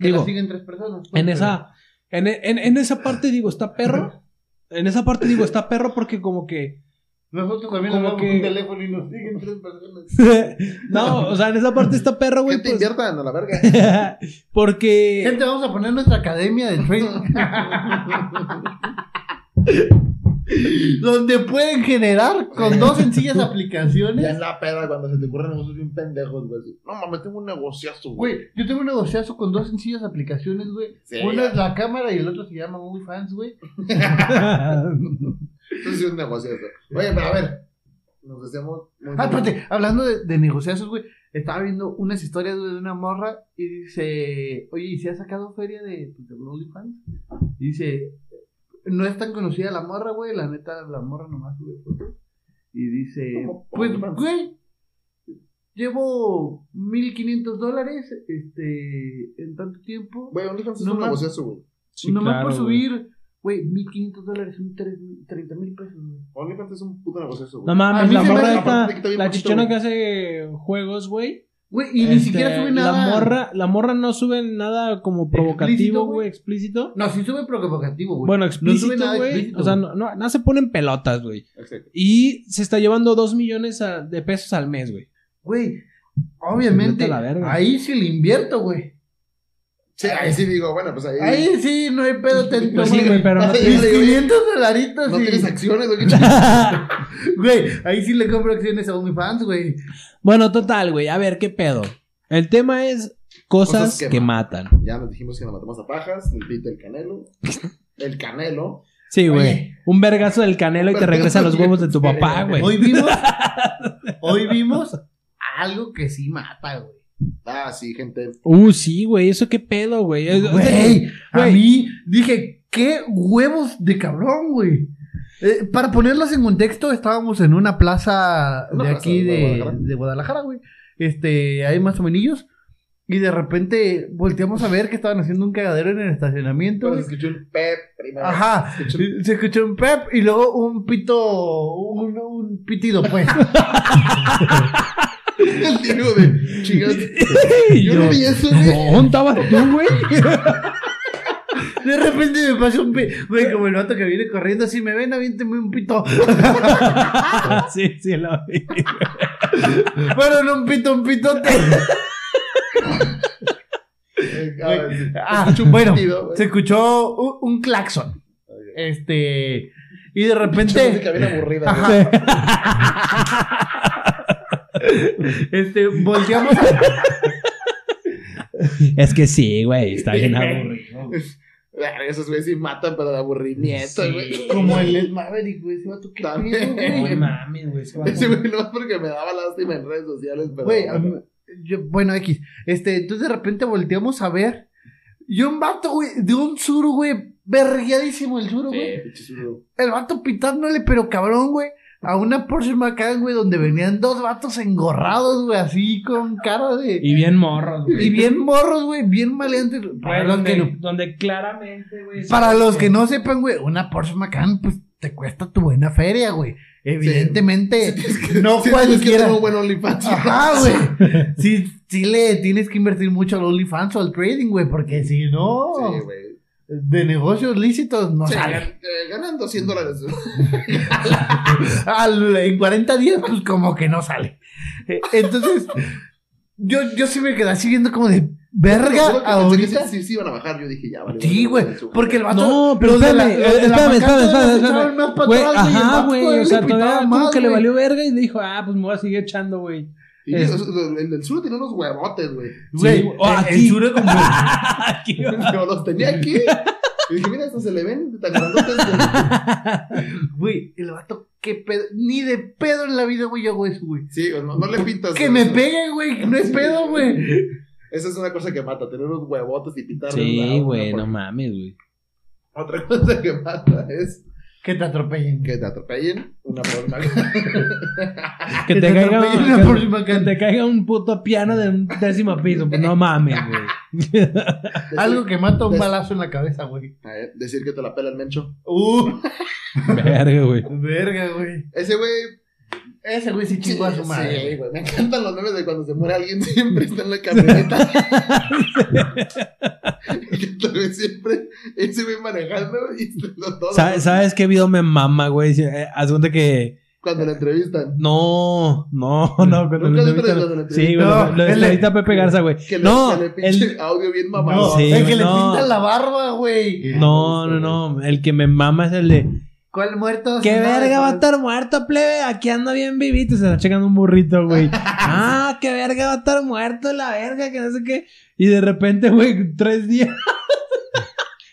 S5: Que
S4: Digo,
S5: la siguen tres personas. pues,
S4: en
S5: pero-
S4: esa, en, en, en esa parte digo, está perro. En esa parte digo, está perro porque como que.
S5: Nosotros también
S4: como
S5: hablamos
S4: que-
S5: un teléfono y nos siguen tres personas.
S4: no, o sea, en esa parte está perro, güey.
S6: Gente,
S4: pues,
S6: inviertan a la verga.
S4: porque.
S5: Gente, vamos a poner nuestra academia de trading. Donde pueden generar con dos sencillas
S6: Ya
S5: aplicaciones.
S6: en la peda, cuando se te ocurren negocios bien pendejos, güey. así, No mames, tengo un negociazo, güey.
S5: Güey, yo tengo un negociazo con dos sencillas aplicaciones, güey.
S6: Sí,
S5: Una
S6: ya.
S5: es la cámara y el otro se llama OnlyFans, güey.
S6: Eso sí es un negociazo. Oye, pero a ver. Nos hacemos. muy-
S5: Ah, espérate, hablando de, de negociazos, güey, estaba viendo unas historias güey, de una morra y pues, dice, oye, ¿y si has sacado feria de, de un OnlyFans? Y dice, No es tan conocida la morra, güey. La neta, la morra nomás sube fotos. Y dice,
S6: ¿Cómo?
S5: pues,
S6: ¿Cómo?
S5: güey, llevo 1500 dólares este, en tanto tiempo.
S6: Güey, OnlyFans es
S5: No
S6: un
S5: más.
S6: negociazo, güey.
S4: Sí,
S5: nomás
S4: claro,
S5: por
S4: güey.
S5: subir, güey, 1500 dólares son tres- 30 mil pesos, güey.
S6: OnlyFans es un puto negociazo,
S4: No
S6: güey.
S5: A
S4: mames,
S5: mí
S4: la
S5: se me
S4: morra
S5: hace-
S4: esta,
S6: aparte que está bien
S4: la
S6: poquito,
S4: chichona
S6: güey.
S4: que hace juegos, güey.
S5: Güey, y ni
S4: este,
S5: siquiera sube nada.
S4: La morra, la morra no sube nada como
S5: Explícito,
S4: provocativo,
S5: güey.
S4: güey, explícito.
S5: No, sí sube provocativo, güey.
S4: Bueno,
S5: sube
S4: explícito,
S5: nada
S4: güey.
S5: explícito,
S4: O sea,
S5: güey.
S4: no, no, no se ponen pelotas, güey.
S6: Exacto.
S4: Y se está llevando 2 millones a- de pesos al mes, güey.
S5: Güey,
S4: Vete
S5: obviamente,
S4: a la verga.
S5: ahí sí le invierto, güey.
S6: Sí, ahí sí digo, bueno, pues ahí.
S5: Ahí sí, no hay pedo, te
S4: Pues sí, güey, pero no
S6: Ahí
S5: Mis
S6: sí digo,
S5: 500 dolaritos
S6: No
S5: y-
S6: tienes acciones, güey.
S5: Güey, ahí sí le compro acciones a OnlyFans, güey.
S4: Bueno, total, güey. A ver, ¿qué pedo? El tema es cosas,
S6: Cosas que
S4: que, matan.
S6: Ya nos dijimos que nos matamos a pajas, el pito del canelo. El canelo.
S4: Sí, güey.
S5: Oye.
S4: Un vergazo del canelo y te regresa los huevos de tu papá, güey.
S5: Hoy vimos, hoy vimos algo que sí mata, güey.
S6: Ah, sí, gente.
S4: Uh, sí, güey. ¿Eso qué pedo, güey? Es-
S5: Güey, a
S4: güey.
S5: mí dije, qué huevos de cabrón, güey. Eh, para ponerlos en contexto, estábamos en una plaza
S6: Una
S5: de
S6: plaza
S5: aquí
S6: de
S5: de,
S6: Guadalajara.
S5: de Guadalajara, güey. Este, hay más o menos. Y de repente volteamos a ver que estaban haciendo un cagadero en el estacionamiento.
S6: Entonces
S5: güey.
S6: escuchó un pep, primero.
S5: Ajá.
S6: Pues, Se escuchó un-
S5: Se escuchó un pep y luego un pito, un, un pitido, pues.
S6: El Diego de chingas.
S4: Y
S6: Yo
S4: yo,
S6: no vi eso, güey.
S4: ¿Dónde estabas tú, güey?
S5: De repente me pasa un pito, güey, como el vato que viene corriendo así, me ven, aviénteme un pito.
S4: sí, sí, lo vi.
S5: Bueno, no un pito, un pitote.
S6: Ah, sí.
S5: Ah, bueno,
S6: Pitido, güey.
S5: se escuchó un, un claxon. Este, y de
S6: Mucha
S5: repente,
S6: música bien aburrida. güey.
S5: este, volteamos a-
S4: Es que sí, güey. Está bien aburrido. güey.
S6: Ah, Esos güeyes sí matan para el aburrimiento,
S4: Sí,
S6: güey.
S5: como el Ed Maverick, güey, ese vato que
S6: También.
S5: pedo, güey.
S4: mames, güey. se va a
S6: Ese güey no es porque me daba lástima en redes sociales, pero.
S5: Güey, a mí- yo- bueno, X. Este, entonces de repente volteamos a ver. Y un vato, güey, de un suru, güey, vergueadísimo el suru, güey.
S6: Eh, pinche zurdo.
S5: El vato pitándole, pero cabrón, güey. A una Porsche Macan, güey, donde venían dos vatos engorrados, güey, así con cara de.
S4: Y bien morros,
S5: Y, bien morros, güey, bien maleantes. Para, los que, no-
S4: donde claramente, güey.
S5: para los que no sepan, güey, una Porsche Macan, pues te cuesta tu buena feria, güey. Evidentemente, no
S6: Sí, tienes que Ah,
S5: cualquiera.
S6: tener un buen OnlyFans.
S5: Ajá, güey. Sí, sí le tienes que invertir mucho al OnlyFans o al trading, güey, porque si no,
S6: Sí, güey.
S5: de negocios lícitos no
S6: Sí,
S5: sale.
S6: gan- eh, ganan 200 dólares.
S5: Al- en 40 días, pues como que no sale. Eh, Entonces, yo, yo sí me quedé así viendo como de verga
S6: Yo creo que pensé que
S5: ahorita.
S6: Sí, sí, sí, iban a bajar. Yo dije, ya, vale.
S5: Sí,
S6: vale,
S5: güey,
S6: vale, su-
S5: porque el vato...
S4: No, pero
S5: los de la-
S4: espérame, eh,
S5: los de la
S4: espérame, espérame,
S5: bancada
S4: espérame,
S5: los
S4: espérame.
S5: echaron más para
S4: Güey,
S5: atrás, y el
S4: ajá,
S5: vato
S4: güey.
S5: le
S4: O sea,
S5: pitaba
S4: todavía
S5: más,
S4: como que le
S5: güey.
S4: valió verga y dijo, ah, pues me voy a seguir echando, güey.
S6: Y
S4: Es-
S6: eso- eso- el, el sur tenía unos huevotes, güey.
S5: Güey,
S4: Sí, o
S5: el-
S4: aquí.
S5: el Shure como...
S4: Aquí, güey.
S6: Yo los tenía aquí. Y dije, mira, estos se le ven tan grandotes. güey.
S5: Güey, el vato, qué pedo. Ni de pedo en la vida, güey, yo hago eso, güey.
S6: Sí, no, no le pintas.
S5: Que
S6: güey.
S5: me pegue, güey, no es pedo, güey.
S6: Esa es una cosa que mata, tener unos huevotes y pintar.
S4: Sí, güey, no mames, güey.
S6: Otra cosa que mata es
S5: Que te atropellen.
S6: que te atropellen una forma.
S4: Ah, Que
S5: Que
S4: te
S5: te
S4: caiga
S5: atropelle una
S4: que-
S5: Porsche Macan.
S4: que te caiga un puto piano de un décimo piso. Pues no mames, güey.
S5: Algo que mata un
S6: Des-
S5: balazo en la cabeza, güey.
S6: A ver, decir que te la pela el mencho.
S5: Uh,
S4: Verga, güey.
S5: verga, güey.
S6: Ese güey.
S5: Ese güey sí chingó a su
S6: Sí,
S5: madre.
S6: güey. Me encantan los memes de cuando se muere alguien, siempre está en la camioneta. Y que güey siempre. Ese güey manejando y los dos.
S4: ¿Sabes, ¿Sabes qué video me mama, güey? Sí, eh, Haz cuenta que.
S6: Cuando la entrevistan.
S4: No, no, no. Cuando
S6: ¿Nunca
S4: lo
S6: lo
S4: entrevistan-
S6: entrevistan, lo
S4: Sí, güey. lo-
S5: entrevistan? No,
S4: Lo
S5: el-
S4: entrevista Pepe Garza, güey.
S6: Que le-
S4: No,
S6: que le pinche
S4: el-
S6: audio bien
S5: No,
S6: mamado.
S4: Sí,
S5: el que le
S4: no.
S5: pinta la barba, güey.
S4: No, no, no. El que me mama es el de.
S5: ¿Cuál muerto?
S4: ¡Qué
S5: Sin nada,
S4: verga va a
S5: güey.
S4: estar muerto, plebe! Aquí anda bien vivito. Se está checando un burrito, güey. ¡Ah, qué verga va a estar muerto! La verga, que no sé qué. Y de repente, güey, tres días.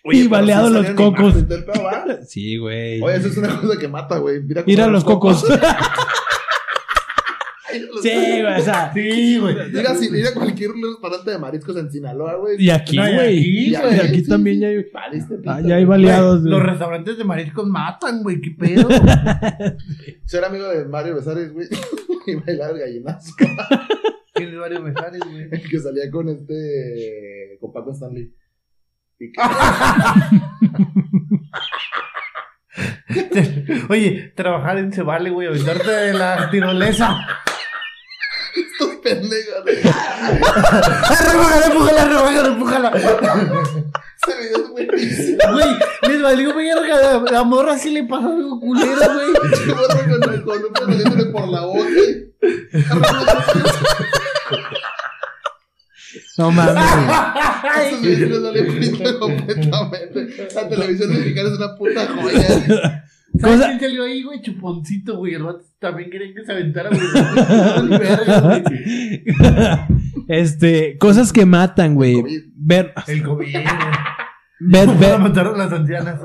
S6: Oye,
S4: y
S6: pero
S4: baleado
S6: sí
S4: los
S6: salieron
S4: cocos.
S6: imágenes del pedo, ¿va?
S4: Sí, güey.
S6: Oye, eso es una cosa que mata, güey. Mira,
S4: Ir a
S6: cómo
S4: los cocos. Sí, güey, o sea.
S5: Sí, güey.
S6: Ir a, ir a cualquier restaurante de mariscos en Sinaloa, güey.
S4: Y aquí,
S5: No, y
S4: güey.
S5: aquí,
S4: Y
S6: güey,
S4: aquí,
S6: sí, sí,
S4: también ya hay,
S6: Vale, este pito,
S4: ah, ya hay
S6: güey.
S4: baleados.
S5: Los
S4: güey.
S5: restaurantes de mariscos matan, güey. ¿Qué pedo?
S6: Ser amigo de Mario Besares, güey. y bailar el gallinazo.
S5: Tiene varios mesares, güey.
S6: El que salía con este. con Paco Stanley. Y que-
S5: Oye, trabajar en se vale, güey. Aventarte de la tirolesa.
S6: Estos pendejos, güey.
S5: ¡Repújala, repújala, repújala, repújala!
S6: Ese video es buenísimo.
S5: Güey, les valió verga. A la morra sí le pasa algo culero, güey.
S6: El gorro con el columpio saliéndole por la boca. y-
S4: No mames. güey.
S6: Esos videos no le entiendo completamente. La televisión mexicana es una puta joya.
S5: ¿Sabes
S4: Cosa-
S5: quién salió ahí, güey? Chuponcito, güey. El vato también quería que se aventara, güey. No, ni verga, güey.
S4: este, cosas que matan, güey.
S6: COVID.
S4: Ver,
S5: El COVID, güey.
S4: ver,
S5: Para
S4: ver,
S5: matar a las ancianas.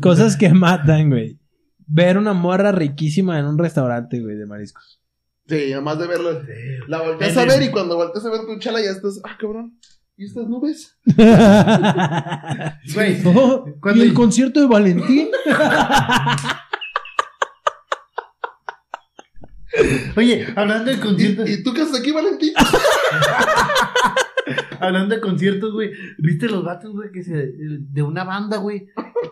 S4: cosas que matan, güey. Ver una morra riquísima en un restaurante, güey, de mariscos.
S6: Sí, nomás de verlo. La volteas a ver y cuando volteas a ver tu chala ya estás. Ah, cabrón. ¿Y estas nubes?
S5: Güey,
S4: Oh, ¿Y
S5: Cuando-
S4: el concierto de Valentín?
S5: Oye, hablando de conciertos,
S6: ¿Y, y tú qué haces aquí, Valentín?
S5: hablando de conciertos, güey, ¿viste los vatos, güey, que se, eh, de una banda, güey,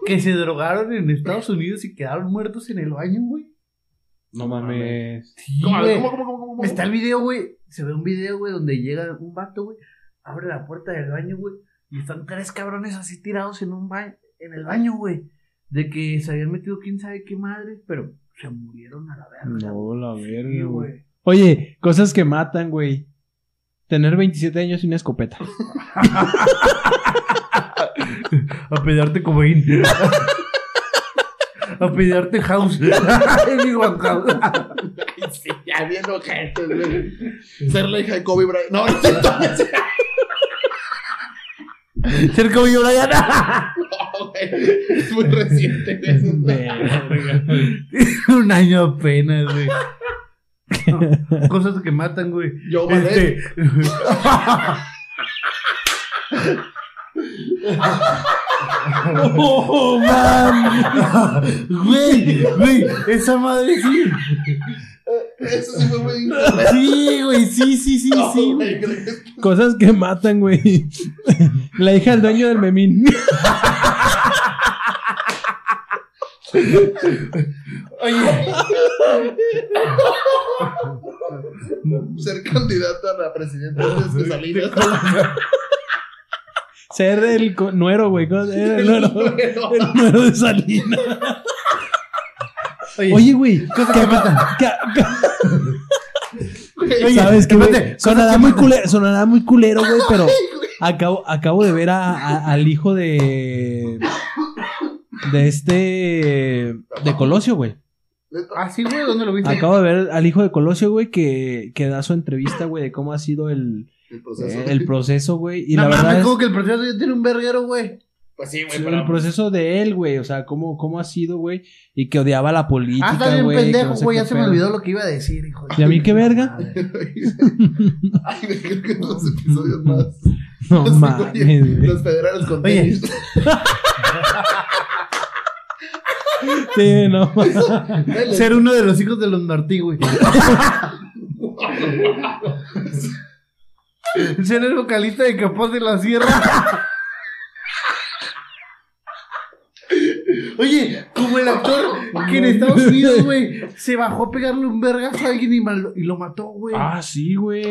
S5: que se drogaron en Estados Unidos y quedaron muertos en el baño, güey?
S4: No mames.
S5: Sí,
S6: ¿Cómo,
S5: güey.
S6: cómo, cómo, cómo, cómo?
S5: Está el video, güey, se ve un video, güey, donde llega un vato, güey, abre la puerta del baño, güey, y están tres cabrones así tirados en un baño, en el baño, güey, de que se habían metido quién sabe qué madre, pero se murieron a la verga.
S4: No, la verga,
S5: Sí,
S4: güey.
S5: güey.
S4: Oye, cosas que matan, güey. Tener 27 años y una escopeta.
S5: A pedarte como in. A pedarte house. Amy Winehouse.
S6: Ay, sí, ya viendo gente, güey. Ser la hija de Kobe Bryant. No, no, no, no,
S5: Ser como yo, Brian.
S6: no, güey. Es muy reciente, güey.
S5: Un año apenas, güey. No, cosas que matan, güey.
S6: Yo, Manuel.
S5: Este.
S4: ¡Oh, mames!
S5: Güey, güey, esa madre sí.
S6: Eso sí fue muy. No,
S5: Sí, güey, sí, sí, sí, sí. güey.
S6: güey, creo que-
S4: Cosas que matan, güey. La hija del dueño del memín.
S6: Ser candidato a la presidenta antes de salir.
S4: Ser el co- nuero, güey. ¿Cómo se llama? El nuero.
S6: Bueno,
S4: El nuero de Salina. Oye, güey. Cosas que matan.
S6: güey,
S5: Oye,
S4: ¿Sabes qué, güey?
S5: espérate,
S4: Sonará muy culero, sonará muy culero, güey, pero acabo, acabo de ver a- a- al hijo de... De este... De Colosio, güey.
S5: Así, Ah, güey, ¿dónde lo viste?
S4: Acabo de ver al hijo de Colosio, güey, que, que da su entrevista, güey, de cómo ha sido el,
S6: El proceso.
S4: Eh, el proceso, güey. Y
S5: no
S4: la verdad
S5: mames,
S4: es
S5: como que el proceso ya tiene un verguero, güey.
S6: Pues sí, güey,
S4: el
S6: pero.
S4: proceso de él, güey. O sea, cómo, cómo ha sido, güey. Y que odiaba la
S5: Ah,
S4: política,
S5: está bien
S4: güey. que
S5: pendejo,
S4: no sé
S5: güey.
S4: qué
S5: Ya se me
S4: pedo.
S5: olvidó lo que iba a decir, hijo. de-
S4: ¿Y a mí qué verga?
S6: Ay, güey, creo que dos episodios más.
S4: No
S6: Los-
S4: mames,
S6: oye,
S4: güey.
S6: Los federales con
S5: Oye.
S6: tenis.
S4: Sí, no mames.
S6: Dale.
S5: Ser uno de los hijos de los Martí, güey. Ser el vocalista de Capaz de la Sierra. Oye, como el actor que en Estados Unidos, güey, se bajó a pegarle un vergazo a alguien y, mal- y lo mató, güey.
S4: Ah, sí, güey.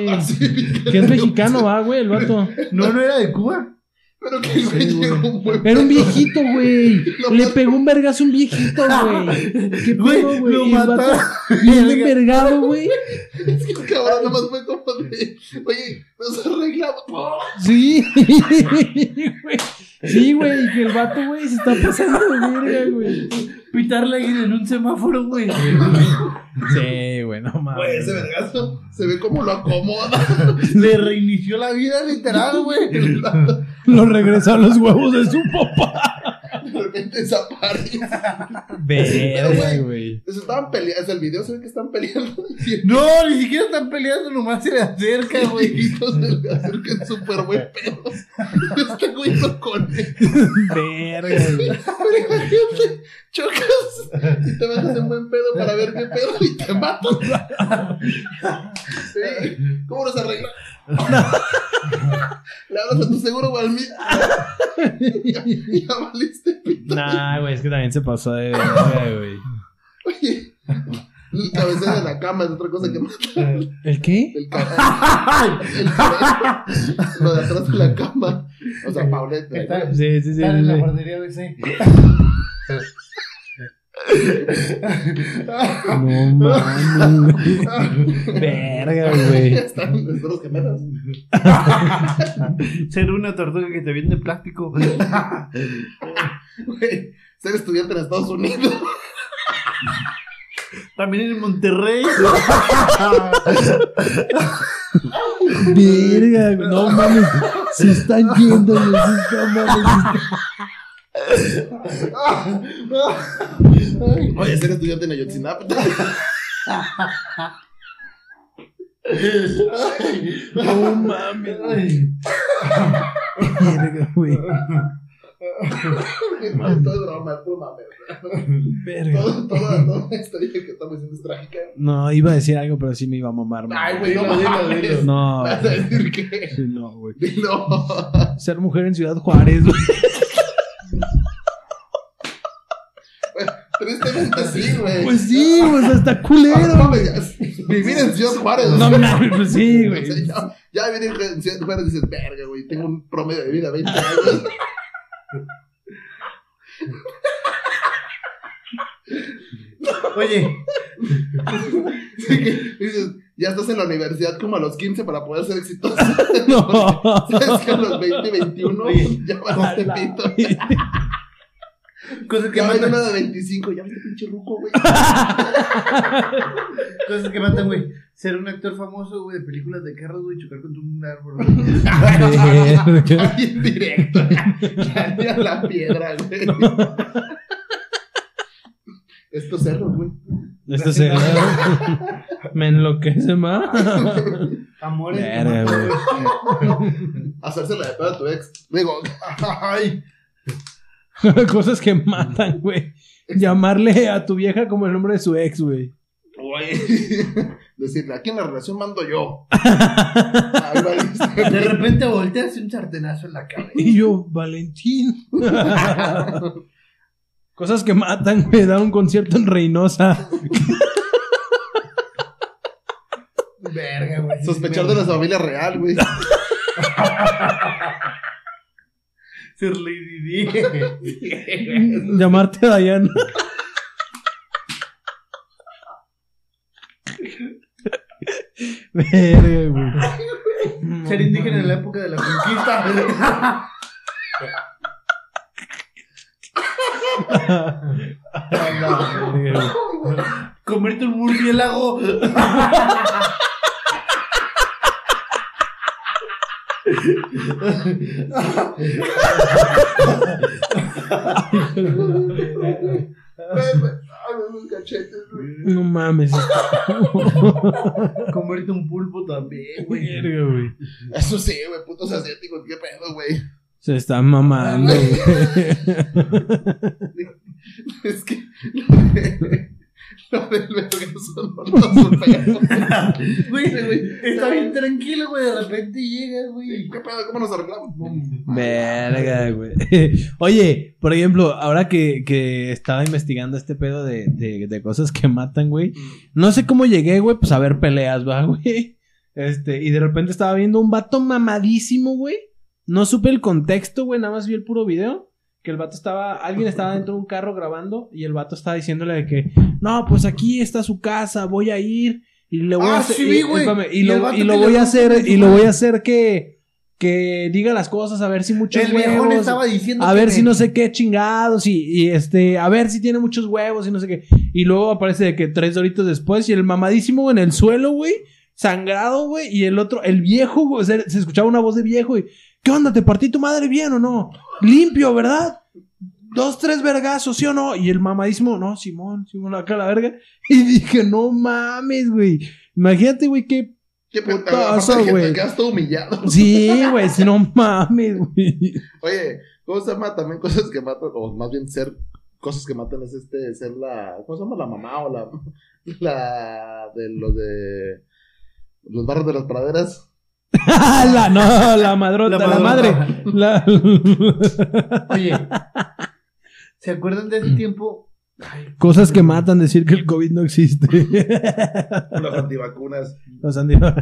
S4: Que es mexicano, va, güey, el vato.
S5: No, no era de Cuba.
S6: Pero que el güey llegó muy.
S4: Era un viejito, güey. Le pegó un vergazo a un viejito, güey. ¿Qué
S5: Güey,
S4: pedo, güey?
S5: lo
S4: Y el vato
S5: mataron.
S4: Bien envergado, güey.
S6: Es que el cabrón nomás fue como de. Oye, nos arreglamos.
S4: Sí, güey. Sí, güey, y que el vato, güey, se está pasando de verga, güey.
S5: Pitarle a alguien en un semáforo, güey.
S4: Sí, güey, no
S6: Oh, Güey,
S4: mames.
S6: ese vergazo se ve como lo acomoda.
S5: Le reinició la vida literal, güey.
S4: Lo regresó a los huevos de su papá.
S6: de repente desaparece.
S4: Verga, güey.
S6: Se estaban peleando, o sea, el video se ve que están peleando. Y
S5: No, ni siquiera están peleando, nomás se le acerca,
S6: el
S5: güey.
S6: viejito se le acerca en súper buen pedo. Este güey no con él.
S4: Verga, güey.
S6: Pero imagínate, chocas y te bajas en buen pedo para ver qué pedo y te matas. Sí, ¿Cómo nos arregla? Le hablas a tu seguro o al mío. Ya, ya valiste pito.
S4: Nah, güey, es que también se pasó de verga, güey.
S6: Oye, el cabecero de la cama es otra cosa que
S5: Ah,
S4: ¿El qué?
S6: El cabecero. El cabecero. Lo de atrás de la cama. O sea, Paulette. ¿no?
S5: Está-
S4: Sí, sí, sí.
S5: Dale en la
S4: sí.
S5: guardería, güey, sí.
S4: No mames. güey. Verga, güey.
S6: Están los gemelos.
S5: Ser una tortuga que te viene de plástico.
S6: Güey, Ser estudiante en Estados Unidos.
S5: También en Monterrey.
S4: Verga, güey. No mames. Se están yendo, güey. Se están- no mames.
S6: Oye, ser estudiante en Ayotzinapa.
S4: No mames, güey. Verga, güey. Mm.
S6: Todo es broma, es puro mame.
S4: Verga.
S6: Todo- Toda toda la historia que estamos diciendo es trágica.
S4: No, iba a decir algo, pero sí me iba a mamar. güey.
S6: Ay, güey, no mames.
S4: No,
S6: Vas a decir que.
S4: sí, no, güey.
S6: Dilo.
S4: Ser mujer en Ciudad Juárez, güey.
S6: Tristemente sí, güey. Ah,
S4: Pues sí, pues hasta
S6: No
S4: culero.
S6: mames, ya- Vivir en Ciudad Juárez.
S4: No mames, pues sí,
S6: O
S4: güey.
S6: sea, ya, ya vivir en Ciudad Juárez dices, verga, güey, tengo un promedio de vida de 20 años.
S5: Oye,
S6: Así que dices, ya estás en la universidad como a los 15 para poder ser exitoso.
S4: No.
S6: Sabes que a los 20, 21
S5: Oye,
S6: ya bajaste pito.
S5: cosas que
S6: Ya hay
S5: matan,
S6: uno de 25, ya viste pinche ruco, güey.
S5: cosas que matan, güey. Ser un actor famoso, güey, de películas de carros, güey, chocar contra un árbol. güey.
S4: Verga.
S6: Ahí en directo. Ya ya la piedra, güey. Estos cerros, güey.
S4: Esto se me enloquece más.
S5: Amores. que
S4: Verga,
S5: matan,
S4: güey.
S6: Hacérsela de pedo a tu ex. Digo, ay.
S4: Cosas que matan, güey. Llamarle a tu vieja como el nombre de su ex, güey.
S6: Güey. Decirle, aquí en la relación mando yo. Ahí va, dice.
S5: De repente volteas y un sartenazo en la cabeza.
S4: Y yo, Valentín. Cosas que matan, güey. Dar un concierto en Reynosa.
S5: Verga, güey.
S6: Sospechar de la familia real, güey.
S5: Ser Lady Di.
S4: Llamarte Dayana. Verga, güey.
S5: Ser indígena en la época de la conquista.
S4: Verga, güey.
S5: Comerte un murciélago.
S6: Abre los cachetes, güey.
S4: No mames.
S5: Comerte un pulpo también, güey.
S4: Verga, güey.
S6: Eso sí, güey, putos asiáticos, qué pedo, güey.
S4: Se están mamando, güey.
S6: Es que lo, de, lo del vergazo no lo supero.
S5: Güey, güey, Está bien tranquilo, güey. De repente llegas, güey.
S6: ¿Qué pedo? ¿Cómo nos arreglamos?
S4: Verga, güey. Oye, por ejemplo, ahora que, que estaba investigando este pedo de, de- de cosas que matan, güey.
S5: Mm.
S4: No sé cómo llegué, güey, pues a ver peleas, va, güey. Este, y de repente estaba viendo un vato mamadísimo, güey. No supe el contexto, güey, nada más vi el puro video. Que el vato estaba, alguien estaba dentro de un carro grabando y el vato estaba diciéndole de que, no, pues aquí está su casa, voy a ir y le voy
S5: Ah,
S4: a hacer,
S5: sí
S4: y-
S5: vi, güey.
S4: espérame, y,
S5: Y el
S4: lo,
S5: vato
S4: y lo
S5: que le
S4: voy a
S5: rompe
S4: hacer,
S5: con su
S4: y lo
S5: madre.
S4: voy a hacer que, que diga las cosas, a ver si muchos
S5: El viejón
S4: huevos.
S5: estaba diciendo.
S4: A
S5: que
S4: ver
S5: me-
S4: si no sé qué chingados y, y, este, a ver si tiene muchos huevos y no sé qué. Y luego aparece de que tres doritos después y el mamadísimo en el suelo, güey, sangrado, güey, y el otro, el viejo, güey, o sea, se escuchaba una voz de viejo y, ¿qué onda? ¿Te partí tu madre bien o no? Limpio, ¿verdad? dos, tres vergazos, ¿sí o no? Y el mamadísimo, no, Simón, Simón, acá la verga. Y dije, no mames, güey. Imagínate, güey, qué.
S6: Qué
S4: Putazo,
S6: putazo, güey.
S4: güey.
S6: Te quedas todo humillado.
S4: Sí, güey, si no mames, güey.
S6: Oye, ¿cómo se llama? También cosas que matan, o más bien ser cosas que matan es este, ser la, ¿cómo se llama? La mamá o la, la de los de los barros de las praderas.
S4: la, no, la madrota,
S2: La
S4: la, madre.
S2: madrota.
S4: La-
S5: Oye, ¿se acuerdan de ese tiempo? Ay,
S4: Cosas que matan decir que el COVID no existe.
S6: Las antivacunas.
S4: Los andinos.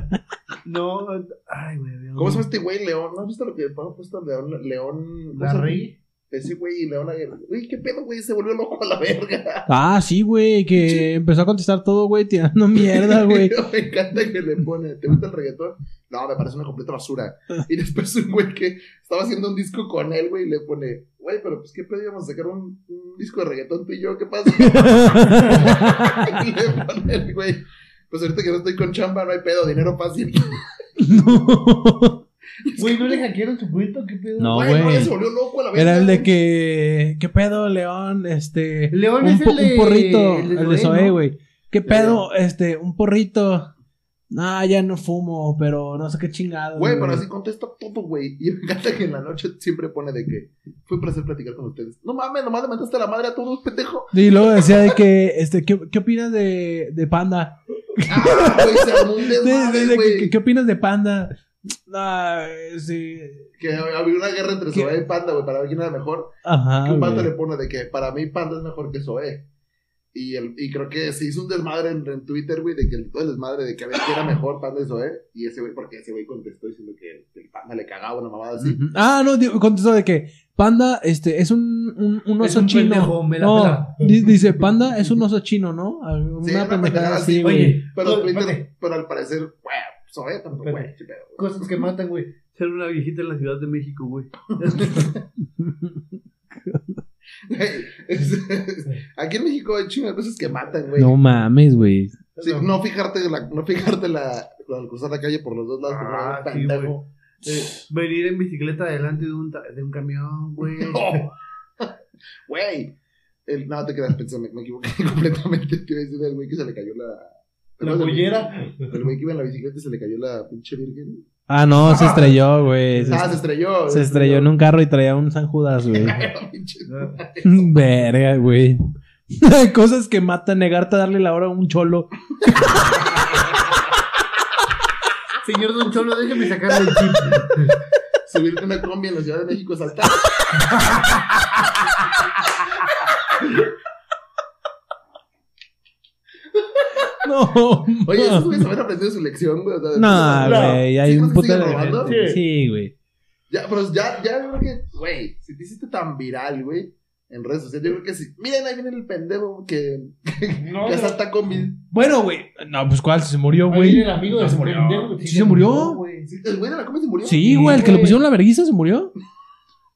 S5: No, ay, güey. había
S6: ¿Cómo se
S5: un-
S6: llama este güey León? ¿No has visto lo que Pablo puesto León? León. ¿cómo se llama?
S5: Larry.
S6: Ese güey León Aguirre. Uy, qué pedo, güey, se volvió loco a la verga.
S4: Ah, sí, güey, que empezó a contestar todo, güey, tirando mierda, güey.
S6: me encanta que le pone, ¿te gusta el reggaetón? No, me parece una completa basura. Y después un güey que estaba haciendo un disco con él, güey, y le pone, güey, pero pues qué pedo íbamos a sacar un, un disco de reggaetón tú y yo, ¿qué pasa? y le pone el güey, pues ahorita que no estoy con chamba, no hay pedo, dinero fácil.
S4: no.
S5: Güey, ¿no le hackearon su cuento? ¿Qué pedo?
S4: No,
S6: Güey, no,
S4: güey.
S6: ya se volvió loco a la verga.
S4: Era el de
S6: güey.
S4: que. ¿Qué pedo, León? Este.
S5: León
S4: un,
S5: es
S4: po-
S5: el de-
S4: un porrito.
S5: el
S4: El
S5: de
S4: de,
S5: Zoé,
S4: Zoé,
S5: ¿no?
S4: güey. ¿Qué pedo? Este, un porrito. Ah, ya no fumo, pero no sé qué chingado.
S6: Güey, pero así contesta todo, güey. Y me encanta que en la noche siempre pone de que fue un placer platicar con ustedes. No mames, nomás le mandaste la madre a todos, pendejo.
S4: Y luego decía de que, este, ¿qué, qué opinas de, de Panda?
S6: Ah, güey, se armó un
S4: De- de-
S6: desmadre,
S4: de-
S6: güey.
S4: ¿qué, qué opinas de Panda? Ah, sí.
S6: Que había una guerra entre
S4: ¿Qué?
S6: Zoé y Panda, güey, para ver quién era mejor.
S4: Ajá.
S6: que un Panda
S4: güey.
S6: le pone de que para mí Panda es mejor que Zoé. Y, el, y creo que se hizo un desmadre en, en Twitter, güey, de que el, todo el desmadre de que a ver quién era mejor Panda y Zoé. Y ese güey, porque ese güey contestó diciendo que el Panda le cagaba una mamada así.
S4: Ujú. Ah, no, digo, contestó de que Panda este, es un, un, un
S5: Es
S4: oso
S5: un
S4: chino.
S5: pendejo, me la
S4: no,
S5: pela.
S4: di- dice Panda es un oso chino, ¿no? Ah,
S6: Sí,
S4: Una
S6: una
S4: pendejada
S6: pendejada
S4: así,
S6: así,
S4: güey.
S5: Oye,
S6: Pero,
S5: no,
S6: Twitter-
S5: espérate.
S6: pero al parecer, güey, Zoé tampoco, güey,
S5: Espérate.
S6: qué pedo, güey.
S5: Cosas que matan, güey. Ser una viejita en la Ciudad de México, güey.
S6: Güey, es- Aquí en México hay chingo de cosas que matan, güey.
S4: No mames, güey.
S6: Sí, no. fijarte, la, no fijarte la, al cruzar la calle por los dos lados,
S5: Ah,
S6: porque
S5: sí,
S6: eres
S5: güey. Eh, venir en bicicleta delante de un, ta- de un camión, güey.
S6: No. Güey. El, no, te quedas pensando, me, me equivoqué completamente. Te iba a decir del güey que se le cayó la.
S5: La mollera.
S6: El güey que iba en la bicicleta y se le cayó la pinche virgen.
S4: Ah, no, se estrelló, güey. Se,
S6: ah, se estrelló.
S4: se estrelló en un carro y traía un San Judas, güey.
S6: Pinche-
S4: Verga, güey. Cosas que matan, negarte a darle la hora a un cholo.
S5: Ah, Señor Don Cholo, déjeme sacarle el chip.
S6: Subirte a una combi en la Ciudad de México, saltar.
S4: No.
S6: Oye, esos güeyes haber aprendido su lección, güey. o sea,
S4: No,
S6: no.
S4: güey. Hay
S6: ¿Sí
S4: un
S6: crees que siguen
S4: puto.
S6: robando?
S5: Sí.
S4: Sí, güey.
S6: Ya, pero ya, ya yo creo que, güey, si te hiciste tan viral, güey, en redes sociales, yo creo que sí. Miren, ahí viene el pendejo que,
S5: No,
S6: que salta combi.
S4: Bueno, güey. No, pues cuál se murió,
S5: Ahí
S4: güey.
S5: el amigo de
S4: se murió.
S5: pendejo.
S4: ¿Sí se murió?
S5: güey.
S6: Sí, El güey de la combi se murió.
S4: Sí, güey, el que le
S5: güey.
S4: pusieron la verguiza se murió.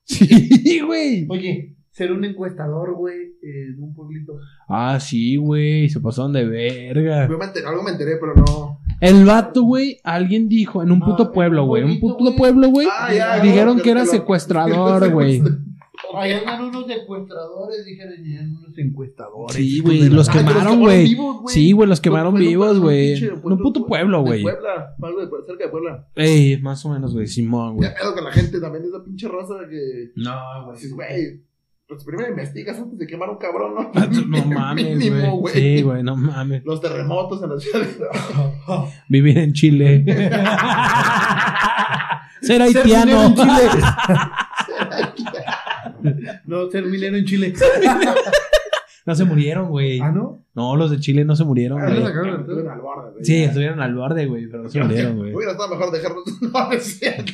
S4: Sí, güey.
S5: Oye, ser un encuestador, güey, eh, en un pueblito.
S4: Ah, sí, güey, se pasaron de verga.
S6: Yo me enteré- algo me enteré, pero no.
S4: El vato, güey, alguien dijo en un puto
S5: Ah,
S4: pueblo, güey, en un
S5: pueblito,
S4: puto
S5: güey.
S4: pueblo, güey.
S6: Ah, ya,
S4: dijeron
S6: no,
S4: que era
S6: lo-
S4: secuestrador, güey.
S5: Ahí andan unos encuestadores, dijeron, y eran unos encuestadores.
S4: Sí, güey, los
S6: Ay, pero los
S4: quemaron, güey. Sí, güey, los quemaron
S6: Fue en un
S4: vivos,
S6: pueblo,
S4: güey.
S6: pinche
S4: En un puto pueblo,
S6: de
S4: güey.
S6: Puebla, algo de Puebla, cerca de Puebla.
S4: Ey, más o menos, güey, Simón,
S6: Qué
S4: güey.
S6: pedo con la gente también, esa pinche raza que.
S4: No,
S6: Dices, güey. Pues primero investigas antes de quemar a un cabrón, ¿no?
S4: Ah, No mames,
S6: Mínimo,
S4: güey. Sí, güey, no mames.
S6: Los terremotos en la ciudad.
S4: Vivir en Chile. Ser
S5: minero en
S4: haitiano.
S5: Chile. no, ser minero en Chile.
S4: No se murieron, güey.
S5: ah, ¿no?
S4: No, los de Chile no se murieron,
S5: Ah,
S4: güey.
S5: no, sacaron la-
S6: Estuvieron al borde, güey.
S4: Sí, estuvieron al borde, güey, pero no se murieron, güey.
S6: Hubiera estado mejor dejarlos. No, es cierto.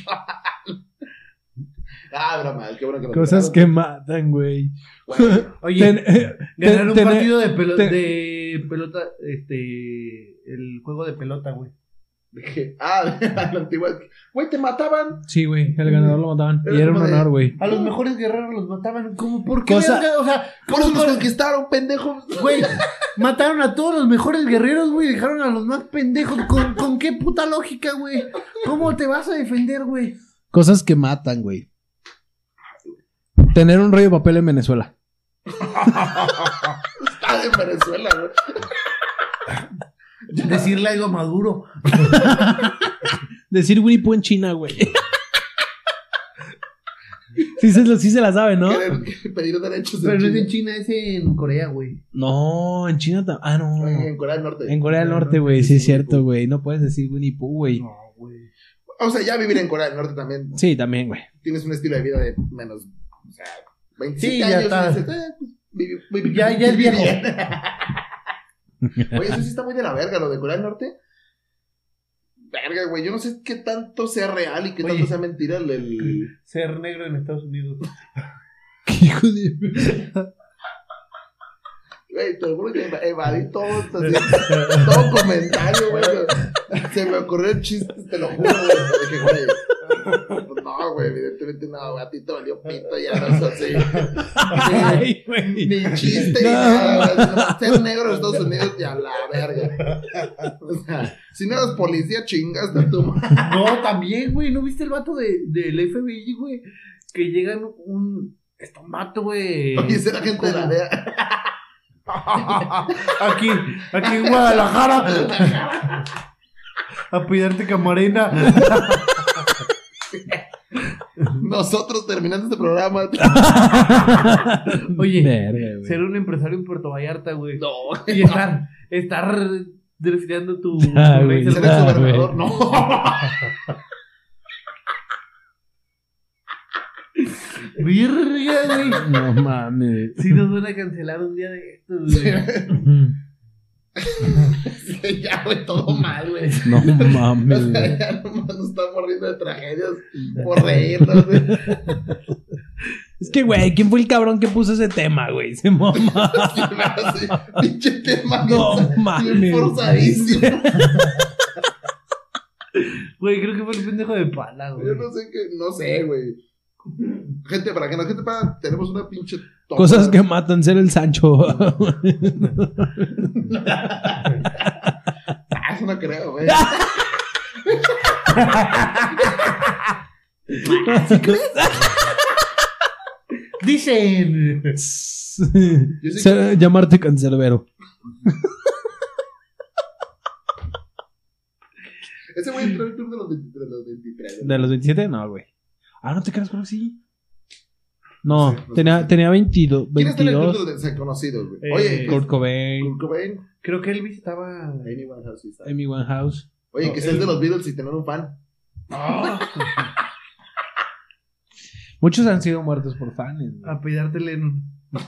S6: Ah, broma, qué bueno que lo
S4: Cosas que matan, güey.
S5: Oye,
S4: Ten- eh,
S5: ganar un
S4: ten-
S5: partido de, pelo-
S4: ten-
S5: de pelota, este, el juego de pelota, güey.
S6: que. Ah, la antigua. Güey, te mataban.
S4: Sí, güey, el ganador lo mataban. Y era un honor, güey.
S5: A los mejores guerreros los mataban como por qué,
S4: Cosa-
S5: verga? o sea,
S6: Por eso nos conquistaron, pendejos.
S5: güey, mataron a todos los mejores guerreros, güey, dejaron a los más pendejos. ¿Con, con qué puta lógica, güey? ¿Cómo te vas a defender, güey?
S4: Cosas que matan, güey. Tener un rollo de papel en Venezuela.
S6: Está en Venezuela, güey.
S5: Decirle algo a Maduro.
S4: Decir Winnie Pooh en China, güey. sí, se, lo- sí se la sabe, ¿no?
S6: Querer que- pedir derechos
S5: Pero no es
S6: China.
S5: en China, es en Corea, güey.
S4: No, en China también. Ah, no.
S6: Ay, En Corea del Norte.
S4: En Corea del Norte, güey, sí es cierto, güey. No puedes decir Winnie Pooh, güey.
S5: No, güey.
S6: O sea, ya vivir en Corea del Norte también.
S4: Sí, también, güey.
S6: Tienes un estilo de vida de menos. O sea, 25
S5: Sí, ya
S6: años.
S5: está.
S6: y dices, "Eh, pues, viví- viví-
S5: Ya- ya es
S6: viví
S5: viejo".
S6: bien". Oye, eso sí está muy de la verga, lo de Corea del Norte. Verga, güey. Yo no sé qué tanto sea real y qué
S5: Oye.
S6: tanto sea mentira el. el-
S5: Ser negro en Estados Unidos.
S4: Hijo de-
S6: Güey, te lo juro que ev- evadí todo, así, todo comentario, güey. Se me ocurrió el chiste, te lo juro, güey. Dije, güey. pues No, güey, evidentemente no, güey, a ti te valió pito, ya no es así.
S4: Ay, güey.
S6: Ni chiste,
S4: No.
S6: ni nada. güey. Nomás Ser negro en Estados Unidos y a la verga. O sea, si no eres policía, chingaste a tu madre.
S5: No, también, güey. ¿No viste el vato de, del FBI, güey? Que llega en un. Está un vato, güey.
S6: Y esa era gente de la DEA.
S5: Aquí, aquí en Guadalajara. A pidarte camarena.
S6: Nosotros terminando este programa.
S5: Oye,
S4: Verga, güey.
S5: Ser un empresario en Puerto Vallarta, güey.
S6: No,
S5: Y estar. Estar. Desfilando tu.
S4: Ah,
S5: tu
S4: güey.
S5: raíz
S6: ser
S5: del-
S6: el
S4: Ah,
S6: gobernador, no.
S5: Virga, güey.
S4: No mames.
S5: Sí, nos van a cancelar un día de estos, güey.
S6: ya, güey, todo mal, güey.
S4: No mames.
S6: O sea,
S4: güey.
S6: ya nomás nos estamos riendo de tragedias por reírnos, güey.
S4: Es que, güey, ¿quién fue el cabrón que puso ese tema, güey? Se mamá.
S6: Así, Pinche tema.
S4: No
S6: bien-
S4: mames.
S6: bien forzadísimo.
S5: Güey, creo que fue el pendejo de pala, güey.
S6: Yo no sé qué, no sé, güey. Gente, para que no, gente, para, tenemos una pinche. toma.
S4: Cosas que matan, ser el Sancho.
S6: Ah, eso no creo, güey.
S5: Dicen.
S6: Yo sí
S4: Ser- llamarte cancerbero.
S6: Ese güey entró en el club de los 23. De los
S4: ¿De
S6: 23
S4: los 27? No, güey. Ah, no te creas, creo que sí. No,
S6: No sé, no
S4: tenía,
S6: sé.
S4: tenía 22.
S6: ¿Quién está en el club de
S4: 22
S6: los desconocidos, güey?
S5: Eh,
S6: Oye,
S4: Kurt
S6: Kurt
S4: Cobain,
S6: Cobain,
S5: Creo que él visitaba.
S6: Amy Winehouse, sí está.
S4: Amy Winehouse.
S6: Oye,
S5: No,
S6: que
S5: él-
S6: seas de los Beatles y tener un fan.
S4: Muchos han sido muertos por fans. güey.
S5: A pidarte Lennon.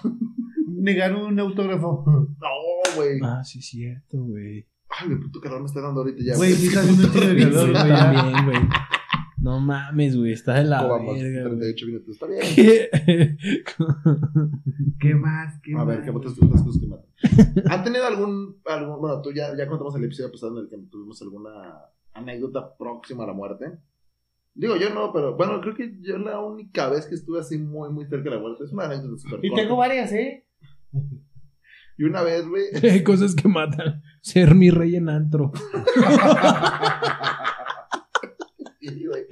S5: Negar un autógrafo.
S6: No, güey.
S4: Ah, sí, cierto, güey.
S6: Ay, mi puto calor me está dando ahorita ya.
S5: Güey, sí está haciendo un chingo de
S4: Sí, güey,
S5: calor, güey. ya.
S4: también, güey. No mames, güey. Está de la
S6: Vamos,
S4: verga, güey.
S6: 38 minutos, está bien.
S4: ¿Qué?
S5: ¿Qué más? ¿Qué
S6: A
S5: más?
S6: ver, ¿qué otras otras cosas que matan? ¿Han tenido algún, algún bueno, tú ya, ya contamos el episodio pasado en el que tuvimos alguna anécdota próxima a la muerte? Digo, yo no, pero bueno, creo que yo la única vez que estuve así muy, muy cerca de la muerte es una anécdota súper
S5: Y
S6: corta.
S5: tengo varias, ¿eh?
S6: Y una vez, güey,
S4: Hay cosas que matan. Ser mi rey en antro.
S6: y, güey,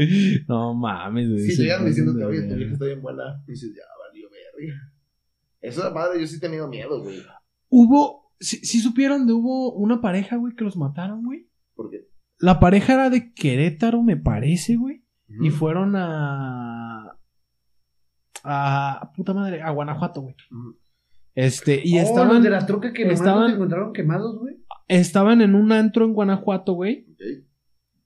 S4: No mames, güey.
S6: si
S4: Sí,
S6: llegan
S4: cosas
S6: diciéndote,
S4: de
S6: oye, tu
S4: verga.
S6: vieja está bien buena, y dices, ya, valió verga. Esa madre, yo sí he tenido miedo, güey.
S4: Hubo. Si supieron de hubo una pareja, güey, que los mataron, güey.
S6: Porque,
S4: La pareja era de Querétaro, me parece, güey. Y fueron a. A. Puta madre, a Guanajuato, güey.
S6: Ujú.
S4: Este, y
S5: Oh,
S4: estaban.
S5: los de la troca que nomás
S4: estaban-
S5: los encontraron quemados, güey.
S4: Estaban en un antro en Guanajuato, güey.
S6: Ok.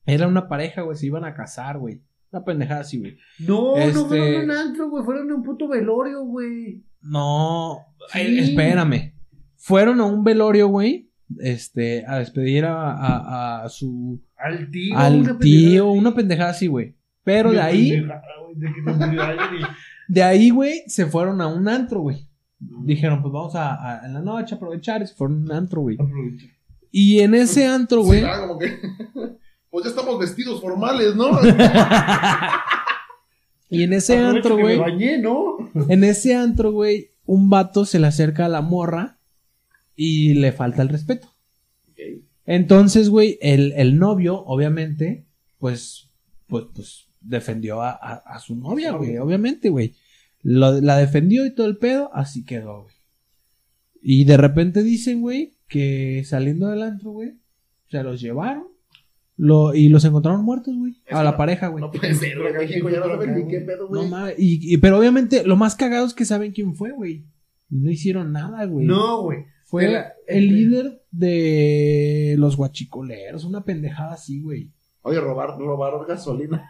S4: Era una pareja, güey. Se iban a casar, güey. Una pendejada así, güey.
S5: No,
S4: Este-
S5: no fueron a un antro, güey. Fueron a un puto velorio, güey.
S4: No.
S5: Sí.
S4: Ay, Espérame. Fueron a un velorio, güey. Este, a despedir a, a- a su.
S5: Al tío.
S4: al
S5: una pendejada.
S4: tío, una pendejada así, güey. Pero de
S5: Una
S4: ahí,
S5: pendejada, güey, De que se murió alguien y-
S4: de ahí, güey, se fueron a un antro, güey. Dijeron, pues vamos a, a- en la noche a aprovechar. Y se fueron a un antro, güey.
S5: Aprovecha.
S4: Y en ese antro, güey.
S6: Sí, ah, como que, pues ya estamos vestidos formales, ¿no?
S4: y en ese
S5: Aprovecha
S4: antro,
S5: que
S4: güey.
S5: Me bañé, ¿no?
S4: En ese antro, güey, un vato se le acerca a la morra y le falta el respeto. Entonces, güey, el, el novio, obviamente, pues, pues, pues, defendió a, a- a su novia, güey, obviamente, güey. Lo- la defendió y todo el pedo, así quedó, güey. Y de repente dicen, güey, que saliendo del antro, güey, se los llevaron lo, y los encontraron muertos, güey.
S6: Es
S4: A la
S6: una-
S4: pareja, güey.
S6: No puede ser, güey. México ya no sabe ni qué pedo,
S4: No
S6: güey.
S4: mames. Y, y- pero obviamente lo más cagado es que saben quién fue, güey. Y no hicieron nada, güey.
S5: No, güey.
S4: Fue
S5: Era-
S4: el líder de los guachicoleros, una pendejada así, güey.
S6: Oye, robar, robar gasolina.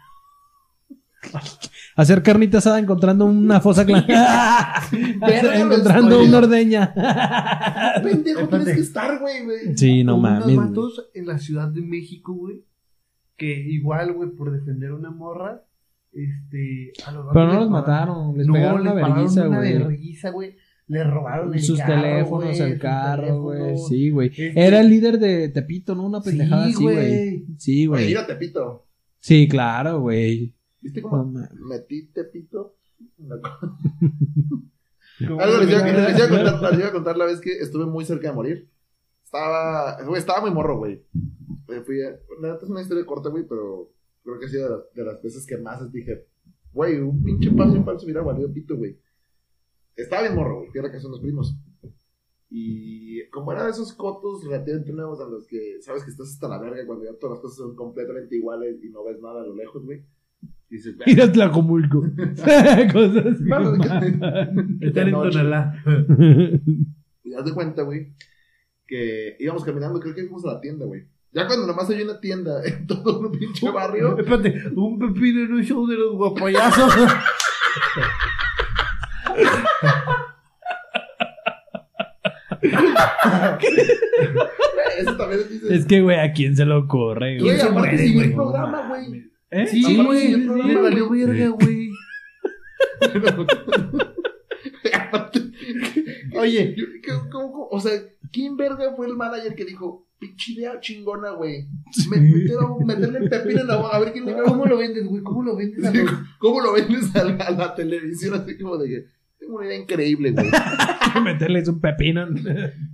S4: Hacer carnita asada encontrando una fosa clandestina.
S6: Verga,
S4: encontrando
S6: los-
S4: una ordeña.
S6: Pendejo, tienes
S5: Espérate.
S6: que estar, güey, güey.
S4: Sí, no
S5: Hubo unos
S4: mames. güey.
S5: vatos en la Ciudad de México, güey. Que igual, güey, por defender una morra. Este. A los vatos
S4: Pero no los
S5: les pararon-
S4: mataron, les
S5: no,
S4: pegaron
S5: les
S4: una
S5: pararon
S4: vergüenza,
S5: una
S4: güey.
S5: vergüenza, güey. Le robaron el
S4: Sus
S5: carro,
S4: teléfonos,
S5: güey,
S4: el
S5: sus
S4: carro, güey.
S5: teléfonos.
S4: Sí, güey.
S5: Este-
S4: Era el líder de Tepito, ¿no? Una pendejada
S5: Sí,
S4: así, güey.
S5: güey.
S4: Sí,
S6: Oye,
S4: güey.
S6: mira Tepito.
S4: Sí, claro, güey.
S6: ¿Viste
S4: No
S6: cómo
S4: mames.
S6: metí Tepito? No.
S5: Como Ah,
S6: Algo les iba, a-
S5: que-
S6: les iba a contar, les iba a contar la vez que estuve muy cerca de morir. Estaba, güey, estaba muy morro, güey. Me Fui a, la neta es una historia corta, güey, pero creo que ha sido de las, de las veces que más dije, güey, un pinche paso en falso hubiera valido pito, güey. Estaba bien morro, güey, que era que son los primos. Y como era de esos cotos relativamente nuevos a los que sabes que estás hasta la verga cuando ya todas las cosas son completamente iguales y no ves nada a lo lejos, güey. Dices,
S4: Ir a Tlacomulco. Cosas así,
S6: Vamos,
S4: man.
S5: Están en
S6: Noche.
S5: Tonalá.
S6: Y haz de cuenta, güey, que íbamos caminando, creo que fuimos a la tienda, güey. Ya cuando nomás hay una tienda en todo un pinche barrio.
S5: Espérate, un pepino en un show de los guapayazos.
S6: Eso también es dices.
S4: Es que, güey, ¿a quién se lo corre, güey?
S6: Güey, aparte
S5: muere,
S6: siguió el
S5: güey, no
S6: programa, güey.
S4: ¿Eh?
S5: Sí,
S6: Aparte,
S5: güey.
S6: sí, el programa,
S5: Le valió verga, güey.
S6: Aparte,
S5: Oye.
S6: yo- ¿qué- cómo- cómo? o sea, ¿quién verga fue el manager que dijo, pinche idea chingona, güey? Me metieron meterle el pepino en la boca, a ver quién le cae.
S5: ¿Cómo lo vendes, güey? ¿Cómo lo vendes? a
S6: Sí,
S5: los-
S6: ¿Cómo lo vendes a la, a la televisión? Así como de que, tengo una idea increíble, güey.
S4: Meterles un pepino.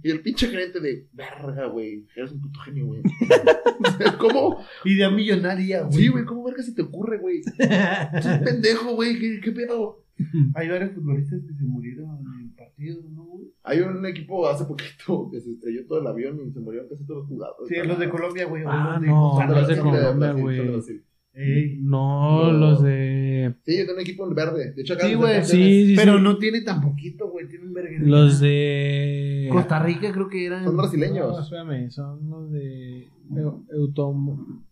S6: Y el pinche gerente de, verga, güey, eres un puto genio, güey. O sea, ¿Cómo?
S5: Idea millonaria, güey.
S6: Sí, güey, ¿cómo verga se te ocurre, güey? Es un pendejo, güey, ¿qué, qué pedo?
S5: Hay varios futbolistas que se murieron en partidos, ¿no, güey?
S6: Hay un equipo hace poquito que se estrelló todo el avión y se murieron casi todos los jugadores.
S5: Sí, los de Colombia, güey. o
S4: Ah,
S5: los de
S4: no,
S5: Costa
S4: los de
S5: Rica.
S4: Colombia.
S6: Brasil,
S4: güey.
S6: son de Brasil.
S5: Ey.
S4: No, los de.
S6: Sí, yo tengo un equipo en verde. De hecho, acá
S5: Sí,
S6: los
S5: güey.
S6: de-
S4: Sí, sí,
S5: Pero
S4: sí.
S5: no tiene tan poquito, güey. Tiene un verga.
S4: Los de.
S5: Costa Rica creo que eran.
S6: Son
S5: Ah,
S4: No,
S6: brasileños.
S4: espérame, son los de. Eu- Eutomo.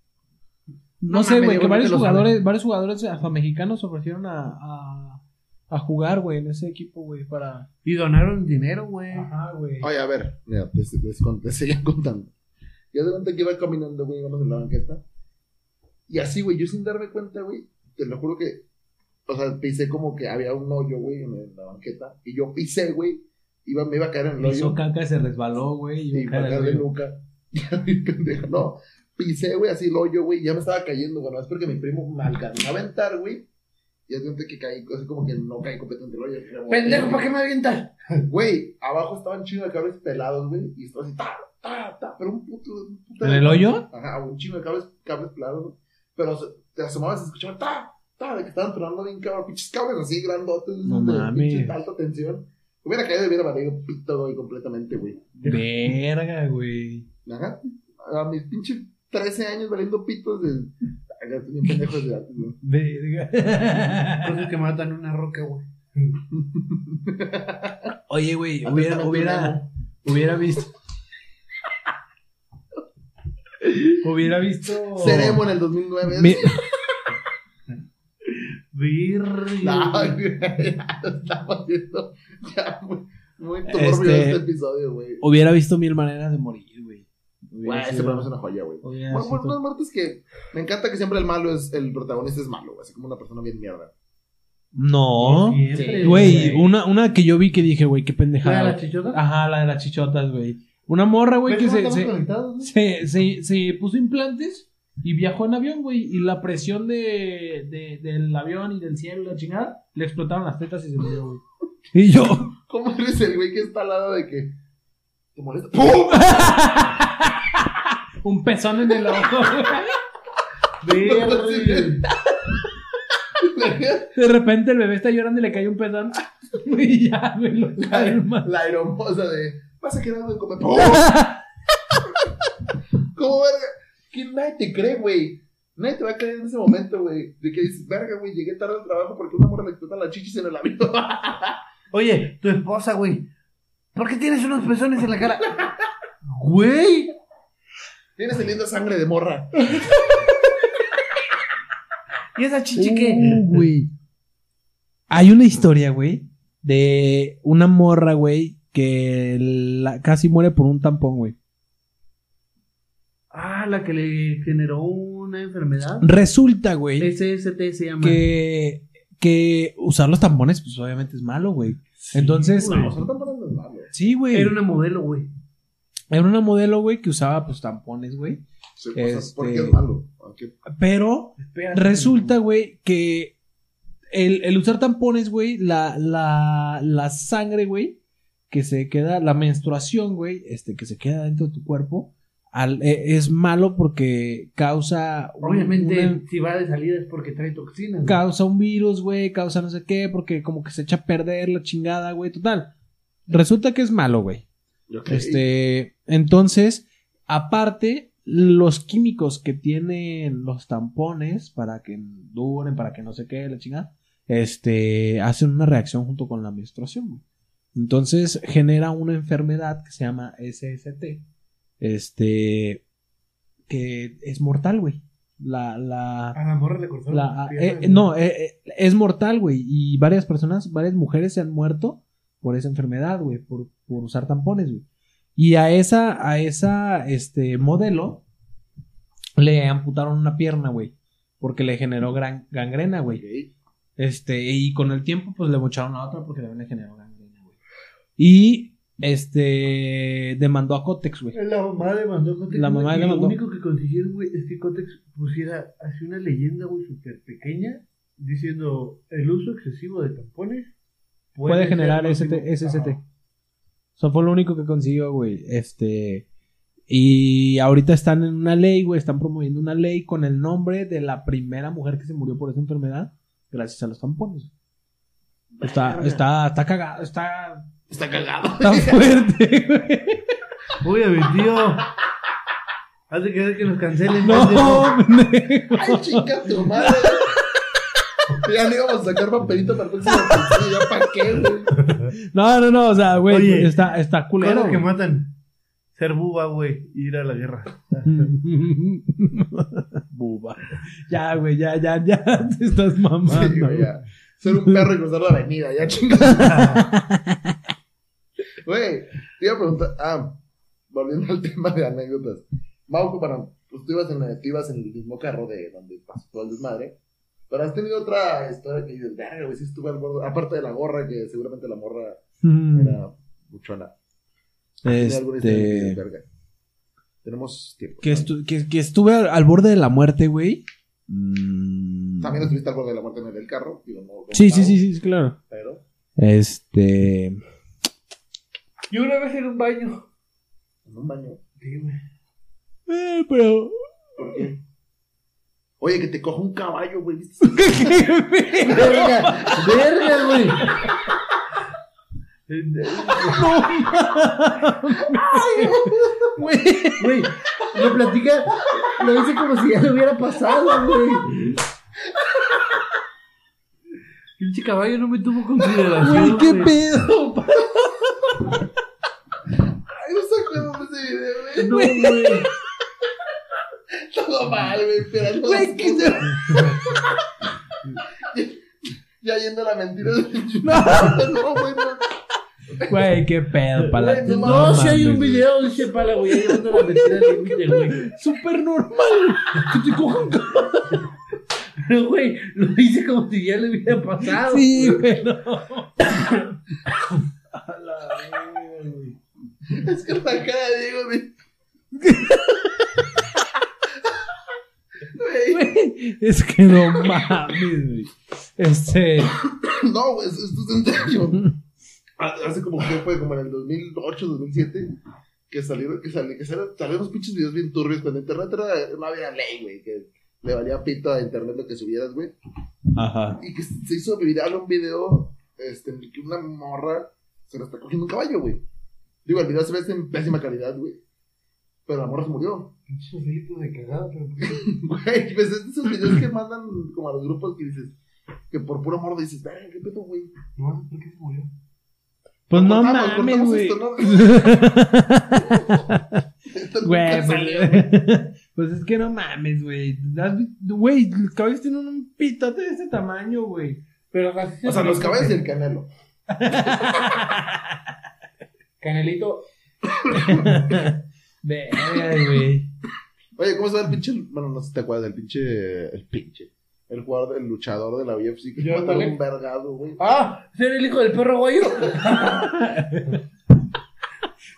S4: No,
S5: No
S4: sé,
S5: mames,
S4: güey,
S5: yo
S4: que
S5: creo
S4: varios
S5: que lo
S4: jugadores,
S5: saben.
S4: varios jugadores hasta mexicanos se ofrecieron a, a, a jugar, güey, en ese equipo, güey, para.
S5: Y donaron dinero, güey.
S4: Ajá, güey.
S6: Oye, a ver, mira, les, les, con- les seguían contando. Yo de cuenta que iba caminando, güey, íbamos en la banqueta. Y así, güey, yo sin darme cuenta, güey, te lo juro que, o sea, pisé como que había un hoyo, güey, en, en la banqueta. Y yo pisé, güey, iba, me iba a caer en el hoyo.
S7: Hizo caca, se resbaló, güey.
S6: Y
S7: Y
S6: para
S7: caca,
S6: caerle nunca. Ya, mi pendejo, no. Pisé, güey, así el hoyo, güey, ya me estaba cayendo, güey, no es porque mi primo me alcanzó a aventar, güey. Y es cuenta que caí, así como que no caí completamente en el hoyo. Pero,
S5: Pendejo, ¿para qué me avientas?
S6: Güey, abajo estaban chino de cables pelados, güey. Y estaba así, ta, ta, ta, pero un puto. un puto-
S7: ¿En el hoyo?
S6: Ajá, un chino de cables, cables pelados, güey. Pero se- te asomabas y escuchaban, ta, ta, de que estaban tronando bien cabrón. Pinches cables así grandotes,
S7: No
S6: de
S7: mames.
S6: pinche alta tensión. Hubiera caído y hubiera valido pito, güey, completamente, güey.
S7: Verga, güey.
S6: Ajá, a mis pinches 13 años valiendo pitos de. Acá estoy bien pendejo desde antes, güey.
S7: Verga.
S5: Cosas que matan una roca, güey.
S7: Oye, güey, hubiera,
S6: Atentamente,
S7: hubiera, hubiera visto. hubiera visto.
S6: Ceremo en el 2009.
S4: Mi-
S6: No,
S5: Virga.
S6: güey, ya lo estamos viendo ya muy, muy turbio
S4: Este-
S6: este, episodio, güey.
S4: Hubiera visto mil maneras de morir, güey.
S6: Güey, este programa es una joya, güey.
S4: Hubiera
S6: Bueno,
S4: sido-
S6: bueno, unas muertes que me encanta que siempre el malo es, el protagonista es malo, güey, así como una persona bien mierda.
S4: No.
S5: Siempre,
S4: Güey, una, una que yo vi que dije, güey, qué pendejada.
S5: ¿La de la chichota?
S4: Ajá, la de las chichotas, güey. Una morra, güey,
S5: ¿Ves
S4: que
S5: cómo
S4: se,
S5: estamos
S4: se,
S5: conectados, güey?
S4: se, se- se puso implantes y viajó en avión, güey. Y la presión de, de- del avión y del cielo y la chingada le explotaron las tetas y se murió, güey. Y yo.
S6: ¿Cómo eres el güey que está al lado de que te molesta? ¡Pum!
S4: Un pezón en el ojo.
S6: No, no, sí,
S5: Verga.
S4: De repente el bebé está llorando y le cae un pedón. Y ya, güey, lo calma.
S6: La aeromosa de. Vas a quedar de comer. ¡Oh! ¿Cómo verga? Que nadie te cree, güey. Nadie te va a creer en ese momento, güey. De que dices, verga, güey, llegué tarde al trabajo porque una morra me explota las chichis en el avión.
S5: Oye, tu esposa, güey. ¿Por qué tienes unos pezones en la cara? Güey.
S6: Tienes linda sangre de morra.
S5: ¿Y esa chichi qué?
S4: Uh, güey. Hay una historia, güey, de una morra, güey, que la- casi muere por un tampón, güey.
S5: Ah, la que le generó una enfermedad.
S4: Resulta, güey,
S5: SST se llama.
S4: que, que usar los tampones, pues obviamente es malo, güey. Entonces,
S6: No, son tan buenas, no, güey.
S4: sí, güey.
S5: Era una modelo, güey.
S4: Era una modelo, güey, que usaba pues tampones, güey.
S6: Sí, pues,
S4: Este-
S6: ¿Por qué es malo? ¿A qué-
S4: Pero resulta, güey, que el, el usar tampones, güey, la, la, la sangre, güey, que se queda, la menstruación, güey, este, que se queda dentro de tu cuerpo, al- e- es malo porque causa. un-
S5: Obviamente,
S4: una-
S5: si va de salida es porque trae toxinas. güey.
S4: causa un virus, güey, causa no sé qué, porque como que se echa a perder la chingada, güey, total. Resulta que es malo, güey.
S6: yo qué-
S4: Este, entonces, aparte, los químicos que tienen los tampones para que duren, para que no se quede la chingada, este, hacen una reacción junto con la menstruación. güey. Entonces, genera una enfermedad que se llama SST, este, que es mortal, güey. La, la,
S8: A la morra le cortaron.
S4: la-
S8: las
S4: ah,
S8: piernas,
S4: eh, no, eh, eh, es mortal, güey. Y varias personas, varias mujeres se han muerto por esa enfermedad, güey, por, por usar tampones, güey. Y a esa, a esa, este, modelo le amputaron una pierna, güey, porque le generó gran, gangrena, güey. Este, y con el tiempo, pues le mocharon a otra porque también le generó gangrena, güey. Y, este, demandó a Cotex, güey.
S5: La mamá le mandó Cotex.
S4: La
S5: güey,
S4: mamá
S5: y
S4: le mandó.
S5: Lo único que consiguieron, güey, es que Cotex pusiera así una leyenda, güey, súper pequeña, diciendo el uso excesivo de tampones
S4: puede
S5: ser
S4: generar
S5: nocivo".
S4: ST, SST.
S5: Ajá.
S4: Eso fue lo único que consiguió, güey. Este. Y ahorita están en una ley, güey. Están promoviendo una ley con el nombre de la primera mujer que se murió por esa enfermedad. Gracias a los tampones. Está,
S5: Verga.
S4: está, está cagado, está,
S6: Está cagado.
S4: está fuerte, güey.
S5: Uy, a mi tío. Haz de querer que nos cancelen. pendejo.
S4: No, pendejo.
S6: ¡Ay, chinga tu madre! ya le íbamos a sacar papelito para el próximo episodio, ¿Ya para qué, güey?
S4: Ah, no, no, no, o sea, güey,
S5: Oye,
S4: está, está culero.
S5: Cosas que
S4: güey.
S5: matan. Ser buba, güey. Ir a la guerra.
S4: Buba. Ya, güey, ya, ya, ya, te estás mamando.
S6: Sí, güey, ya. Ser un perro y cruzar la avenida, ya chinga. Güey, te iba a preguntar. Ah, volviendo al tema de anécdotas. Mau, para, pues tú ibas, en, la- tú ibas en el mismo carro de donde pasó todo el desmadre. Pero has tenido otra historia que dices, verga, güey, sí estuve al borde. Aparte de la gorra, que seguramente la morra
S4: Mm.
S6: era buchona. ¿Tiene alguna historia que dices,
S4: Este,
S6: verga? Tenemos tiempo.
S4: que,
S6: ¿no?
S4: estu- que, que estuve al, al borde de la muerte, güey. Mm.
S6: También estuviste al borde de la muerte en el del carro. Digo, no, como
S4: Sí, sí,
S6: Mau,
S4: sí, sí, claro.
S6: Pero.
S4: Este.
S5: Y una vez en un baño.
S6: En un baño.
S5: Sí, güey.
S4: eh, pero.
S6: Oye, que te coja un caballo, güey. ¿viste?
S5: Verga, verga, güey.
S4: Güey,
S5: Güey, lo platica, lo dice como si ya le hubiera pasado, güey. Pinche caballo no me tuvo
S4: güey,
S5: consideración.
S4: qué pedo.
S6: Ay, no se acuerdan de ese video, güey.
S5: No, güey.
S6: Todo mal, güey, pero no.
S4: Güey, que se-
S6: Ya yendo a la mentira. No, no, güey, no.
S4: Güey, qué pedo, pala.
S6: Güey, no
S5: No, si hay un
S4: mames,
S5: video, dice pala, güey, ahí mando la mentira al límite, güey.
S4: güey. Súper normal. Que te cojan. ca-
S5: Pero, güey, lo dice como si ya le hubiera pasado.
S4: Sí, güey, no.
S6: Es que la cara de Diego, güey. Güey,
S4: Güey, Es que no mames, güey. Este.
S6: No, güey, esto es en serio. Ah, Hace como que fue como en el 2008, 2007, que salieron, que salieron, que salieron, salieron unos pinches videos bien turbios cuando internet era, no había ley, güey, que le valía pito a internet lo que subieras, güey.
S9: Ajá.
S6: Y que se hizo viral un video, este, en el que una morra se la está cogiendo un caballo, güey. Digo, el video se ve en pésima calidad, güey. Pero la morra se murió.
S5: Pinches gritos de cagada, pero.
S6: Güey, pues es de esos videos que mandan como a los grupos que dices, que por puro morro dices, verga, qué pedo, güey.
S5: No, ¿por qué se murió?
S9: Pues no mames,
S6: Cortamos, cortamos
S9: güey.
S6: esto, ¿no? Esto nunca
S9: Güey,
S6: salió,
S9: pues, pues es que no mames, güey. Has vi- Güey, los caballos tienen un pitote de ese tamaño, güey.
S5: Pero así se
S6: O sea, los
S5: murió.
S6: cabezas del canelo.
S5: Canelito.
S9: Verga, güey.
S6: Oye, ¿cómo se llama el pinche? Bueno, no sé si te acuerdas del pinche. El pinche. El jugador, el luchador de la UFC que
S5: Yo,
S6: fue
S5: ¿vale?
S6: un vergado, güey.
S5: ¡Ah! ¿Ser el hijo del perro guayo?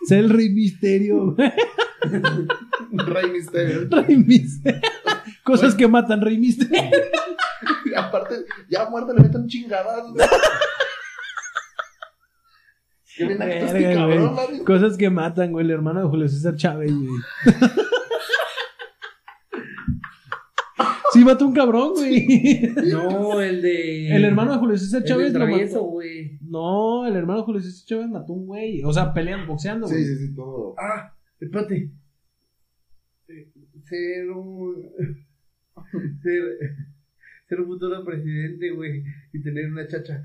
S4: Es el Rey Misterio. güey.
S6: Rey Misterio.
S4: Rey Misterio. Cosas que matan Rey Misterio.
S6: Y aparte, ya muerto le meten chingadas. güey. Qué bien acto este
S4: Verga, güey.
S6: cabrón, Mario.
S4: Cosas que matan, güey. El hermano de Julio César Chávez, güey. Sí, mató un cabrón, güey.
S5: No, el de.
S4: El hermano de Julio César
S5: El del
S4: Chávez lo
S5: travieso,
S4: mató.
S5: güey.
S4: No, el hermano de Julio César Chávez mató un güey. O sea, pelean boxeando,
S6: Sí,
S4: güey.
S6: sí, sí, todo.
S5: Ah, espérate. Eh, Ser un. Ser. Ser un futuro presidente, güey. Y tener una chacha.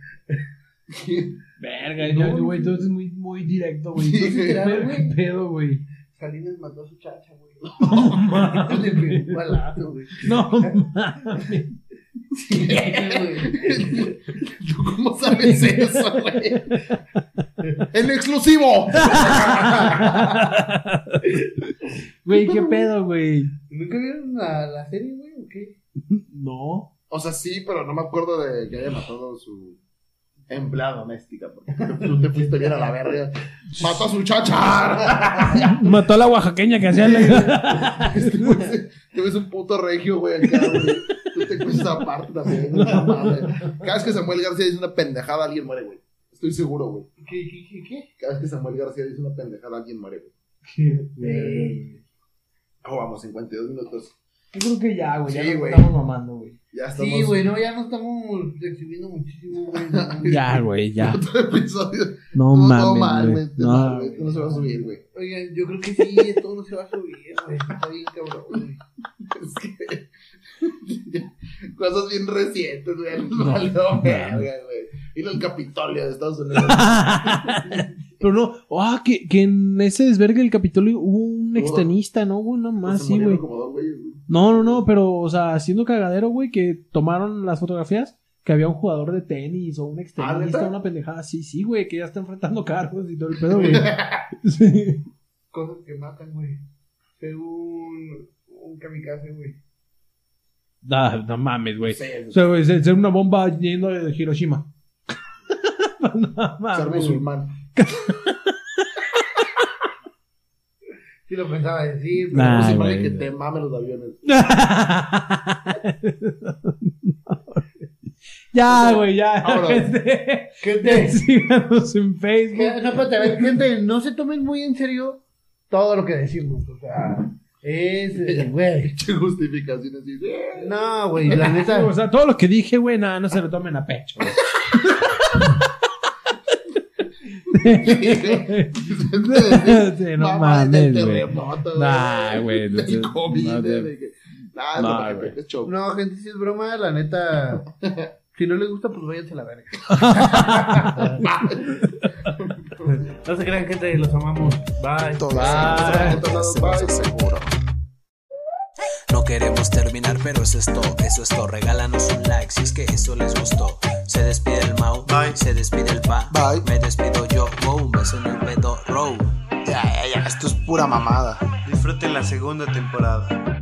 S4: Verga, yo- yo, güey, todo es muy, muy directo, güey.
S6: Sí,
S4: Entonces,
S5: claro,
S4: ¿qué
S5: güey.
S4: pedo, güey?
S5: Salinas mató a su chacha, güey.
S4: No mames.
S5: Le pegó un balazo, güey.
S4: No mames.
S5: Sí, güey.
S6: ¿Tú cómo sabes eso, güey? ¡En exclusivo!
S4: Güey, qué pedo, güey.
S5: ¿Nunca vieron la, la serie, güey? ¿O qué?
S4: No.
S6: O sea, sí, pero no me acuerdo de que haya matado a su empleada doméstica. Porque tú te fuiste bien a la verga. ¡Mató a su chacha!
S4: Mató a la oaxaqueña que hacía la...
S6: Este güey se- Te ves un puto regio, güey, acá, güey. Tú te cuesta aparte también. No mames. Cada vez que Samuel García dice una pendejada, alguien muere, güey. Estoy seguro, güey.
S5: ¿Qué, qué, qué, qué?
S6: Cada vez que Samuel García dice una pendejada, alguien muere, güey.
S5: Eh,
S6: Oh, vamos, 52 minutos.
S4: Yo creo que ya, güey.
S6: Sí,
S4: ya nos
S6: güey.
S4: estamos mamando, güey.
S6: Ya estamos.
S5: sí, güey, no, ya nos estamos exhibiendo muchísimo, güey. no, no.
S4: Ya, güey, ya.
S6: Otro episodio.
S4: No
S6: Todo
S4: mames,
S6: mal,
S4: güey.
S6: güey.
S4: No,
S6: No, güey. No se va a subir, güey.
S5: Oigan, yo creo que sí, esto no se va a subir, güey. Está bien, cabrón, güey.
S6: Es que. Cosas bien recientes, güey. No, valió verga, güey. Ir al Capitolio de Estados Unidos.
S4: Pero no, ah, que, que en ese desvergue del Capitolio hubo un extenista, ¿no, güey? No más,
S6: Se
S4: sí,
S6: Pues, murieron
S4: güey.
S6: como dos güeyes, güey.
S4: No, no, no, pero, o sea, haciendo cagadero, güey, que tomaron las fotografías, que había un jugador de tenis o un extenista,
S6: ¿neta?
S4: una pendejada. Sí, sí, güey, que ya está enfrentando cargos y todo el pedo, güey. Sí.
S5: Cosas que matan, güey. Ser un, un kamikaze, güey.
S4: Ah, no mames, güey.
S6: Sí,
S4: O sea, güey, ser ser una bomba yendo de Hiroshima. no
S6: Ser
S4: mames. Ah, güey.
S6: musulmán.
S5: Sí lo pensaba decir, pero...
S4: Nah,
S6: Ay,
S4: güey.
S6: que te mamen los aviones.
S4: ya, güey, ya.
S6: Vámonos.
S4: Gente,
S5: Gente,
S4: Síganos en Facebook.
S5: que- no, espérate, a ver, gente, no se tomen muy en serio todo lo que decimos, o sea... Es, eh, güey.
S6: Che, justificaciones. Y, eh,
S5: No, güey, la neta.
S4: O sea, todo lo que dije, güey, nada, no se lo tomen a pecho. güey. Sí, no
S6: Mamá,
S4: mames,
S6: del
S4: güey.
S6: terremoto,
S4: Nah, güey, no
S6: Del
S4: te-
S6: COVID,
S4: no te-
S6: de que- Nah,
S4: Nah,
S6: no,
S4: güey.
S6: güey. Es show.
S5: No, gente, si es broma, la neta. Si no les gusta, pues váyanse a la verga. no se crean, gente, los amamos. Bye.
S1: Todo seguro, todo se seguro.
S3: No queremos terminar, pero es esto, eso es todo. Regálanos un like si es que eso les gustó. Se despide el Mau,
S2: Bye.
S3: se despide el Pa,
S1: Bye.
S3: me despido yo. Wow, un beso en el pedo, row.
S1: Ya, ya, ya. Esto es pura mamada.
S2: Disfruten la segunda temporada.